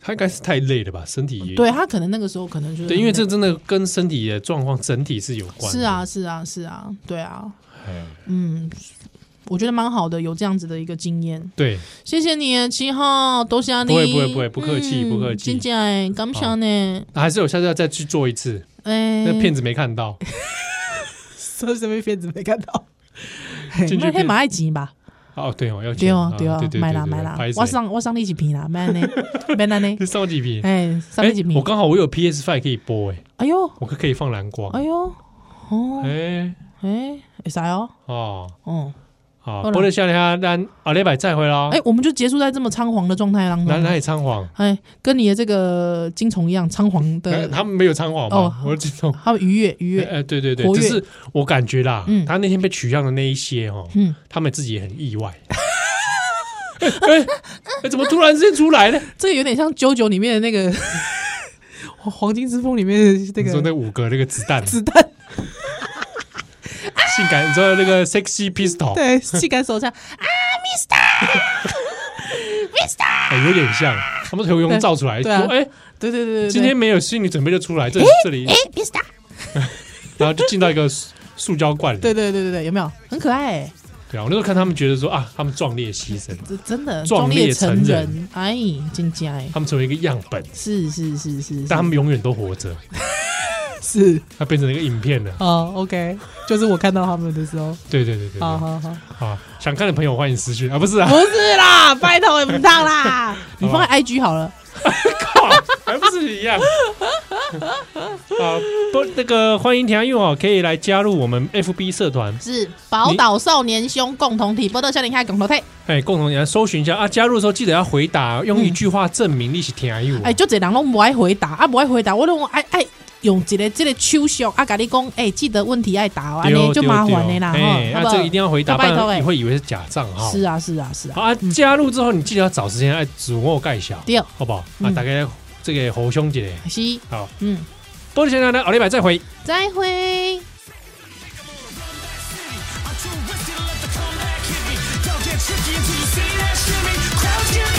[SPEAKER 2] 他应该是太累了吧，身体也
[SPEAKER 3] 对啊他可能那个时候可能就是
[SPEAKER 2] 对，因为这
[SPEAKER 3] 很
[SPEAKER 2] 真的跟身体的状况整体是有关。
[SPEAKER 3] 是啊，，是啊，是啊，对啊，
[SPEAKER 2] 哎
[SPEAKER 3] 嗯，我觉得蛮好的，有这样子的一个经验。
[SPEAKER 2] 对，
[SPEAKER 3] 谢谢你，七号，多谢你。
[SPEAKER 2] 不会不会不会不客气
[SPEAKER 3] 嗯
[SPEAKER 2] 不客气
[SPEAKER 3] 真正的感谢呢。
[SPEAKER 2] 还是有下次要再去做一次，
[SPEAKER 3] 哎，
[SPEAKER 2] 那骗子没看到。
[SPEAKER 5] 所以什么片子没看到？
[SPEAKER 2] 进去
[SPEAKER 3] 那
[SPEAKER 2] 骗
[SPEAKER 3] 黑马爱钱吧？
[SPEAKER 2] 哦，对哦，要
[SPEAKER 3] 对
[SPEAKER 2] 钱
[SPEAKER 3] 哦对
[SPEAKER 2] 对
[SPEAKER 3] 哦
[SPEAKER 2] 对，对
[SPEAKER 3] 买啦
[SPEAKER 2] 对
[SPEAKER 3] 买啦
[SPEAKER 2] 不好意，思
[SPEAKER 3] 我上我上你一片啦， 买呢，买啦 呢
[SPEAKER 2] 这。上几瓶？
[SPEAKER 3] 哎，上
[SPEAKER 2] 哎
[SPEAKER 3] 你一，
[SPEAKER 2] 我
[SPEAKER 3] 片。
[SPEAKER 2] 刚好我有 PS Five 可以播，哎，
[SPEAKER 3] 哎呦
[SPEAKER 2] 我可可以放蓝光，
[SPEAKER 3] 哎呦，哦
[SPEAKER 2] 哎，
[SPEAKER 3] 哎，会使哦，
[SPEAKER 2] 哦，
[SPEAKER 3] 哦
[SPEAKER 2] 好，
[SPEAKER 3] 好啦
[SPEAKER 2] 播了下来啊，咱阿礼拜再回喽
[SPEAKER 3] 哎，，我们就结束在这么仓皇的状态当
[SPEAKER 2] 哪哪
[SPEAKER 3] 中。
[SPEAKER 2] 里仓皇？
[SPEAKER 3] 哎，跟你的这个金虫一样仓皇
[SPEAKER 2] 哎
[SPEAKER 3] 的，
[SPEAKER 2] 他们没有仓皇
[SPEAKER 3] 哦
[SPEAKER 2] 吧？我这种。
[SPEAKER 3] 还有愉悦愉
[SPEAKER 2] 哎
[SPEAKER 3] 悦。
[SPEAKER 2] 哎，对对对，
[SPEAKER 3] 活跃
[SPEAKER 2] 只是我感觉啦
[SPEAKER 3] 嗯，
[SPEAKER 2] 他那天被取样的那一些哦
[SPEAKER 3] 嗯，
[SPEAKER 2] 他们自己也很意外。 哎哎，怎么突然之间出来呢？
[SPEAKER 3] 这个有点像《九九》里面的那个
[SPEAKER 5] 黄黄金之风里面的那
[SPEAKER 2] 你说
[SPEAKER 5] 个
[SPEAKER 2] 那五个那个子弹，
[SPEAKER 5] 子弹，
[SPEAKER 2] 性感，你知道那个 sexy pistol，
[SPEAKER 5] 对，气感手枪，
[SPEAKER 2] 哎有点像，他们头用照出来，
[SPEAKER 5] 啊对
[SPEAKER 2] 说
[SPEAKER 5] 啊
[SPEAKER 2] 哎，
[SPEAKER 5] 对对对对对，
[SPEAKER 2] 今天没有心理准备就出来，这这里，
[SPEAKER 4] 哎别 i
[SPEAKER 2] 然后就进到一个塑塑胶罐里。
[SPEAKER 3] 对对对对对，有没有很可爱、欸？
[SPEAKER 2] 对啊，我那时候看他们觉得说啊，他们壮烈牺牲，
[SPEAKER 3] 这真的
[SPEAKER 2] 壮烈
[SPEAKER 3] 烈
[SPEAKER 2] 成人
[SPEAKER 3] 人，哎，真假哎，
[SPEAKER 2] 他们成为一个样本，
[SPEAKER 3] 是是是是
[SPEAKER 2] 但他
[SPEAKER 3] 是
[SPEAKER 2] 们永远都活着，
[SPEAKER 5] 是
[SPEAKER 2] 他变成一个影片了。
[SPEAKER 5] 哦，OK，就是我看到他们的时候，
[SPEAKER 2] 对对对对对，
[SPEAKER 5] 好好好，
[SPEAKER 2] 啊，想看的朋友欢迎私讯啊，不是啊，
[SPEAKER 5] 不是啦，拜托也不当啦，
[SPEAKER 3] 你放在 IG 好了，
[SPEAKER 2] 靠，还不是 一样。啊，不，那个欢迎田佑哦，可以来加入我们 FB 社团，
[SPEAKER 3] 是宝岛少年兄共同体，波多少年开共同体，
[SPEAKER 2] 哎，共同也来搜寻一下啊。加入的时候记得要回答，用一句话证明你是田佑。哦
[SPEAKER 3] 哎，就这人拢不爱回答，啊不爱回答，我拢爱爱用一个这个手续啊，跟你讲，哎，记得问题爱答哦，安
[SPEAKER 2] 丢
[SPEAKER 3] 尼就麻烦的啦，
[SPEAKER 2] 丢哎，
[SPEAKER 3] 吼，
[SPEAKER 2] 那这个一定要回答，
[SPEAKER 3] 要
[SPEAKER 2] 不
[SPEAKER 3] 拜托
[SPEAKER 2] 然
[SPEAKER 3] 哎
[SPEAKER 2] 你会以为是假账号。
[SPEAKER 3] 是啊是啊是啊，
[SPEAKER 2] 哦好啊，加入之后你记得要找时间来自我介绍，
[SPEAKER 3] 对
[SPEAKER 2] 好不好？啊，
[SPEAKER 3] 嗯
[SPEAKER 2] 大概这个侯兄姐，
[SPEAKER 3] 是，
[SPEAKER 2] 好，
[SPEAKER 3] 嗯，
[SPEAKER 2] 多谢大家，奥利百再回。
[SPEAKER 3] 再会。
[SPEAKER 1] I'm too risky to let the comeback hit me. Don't get tricky until you see that shimmy. Crowds get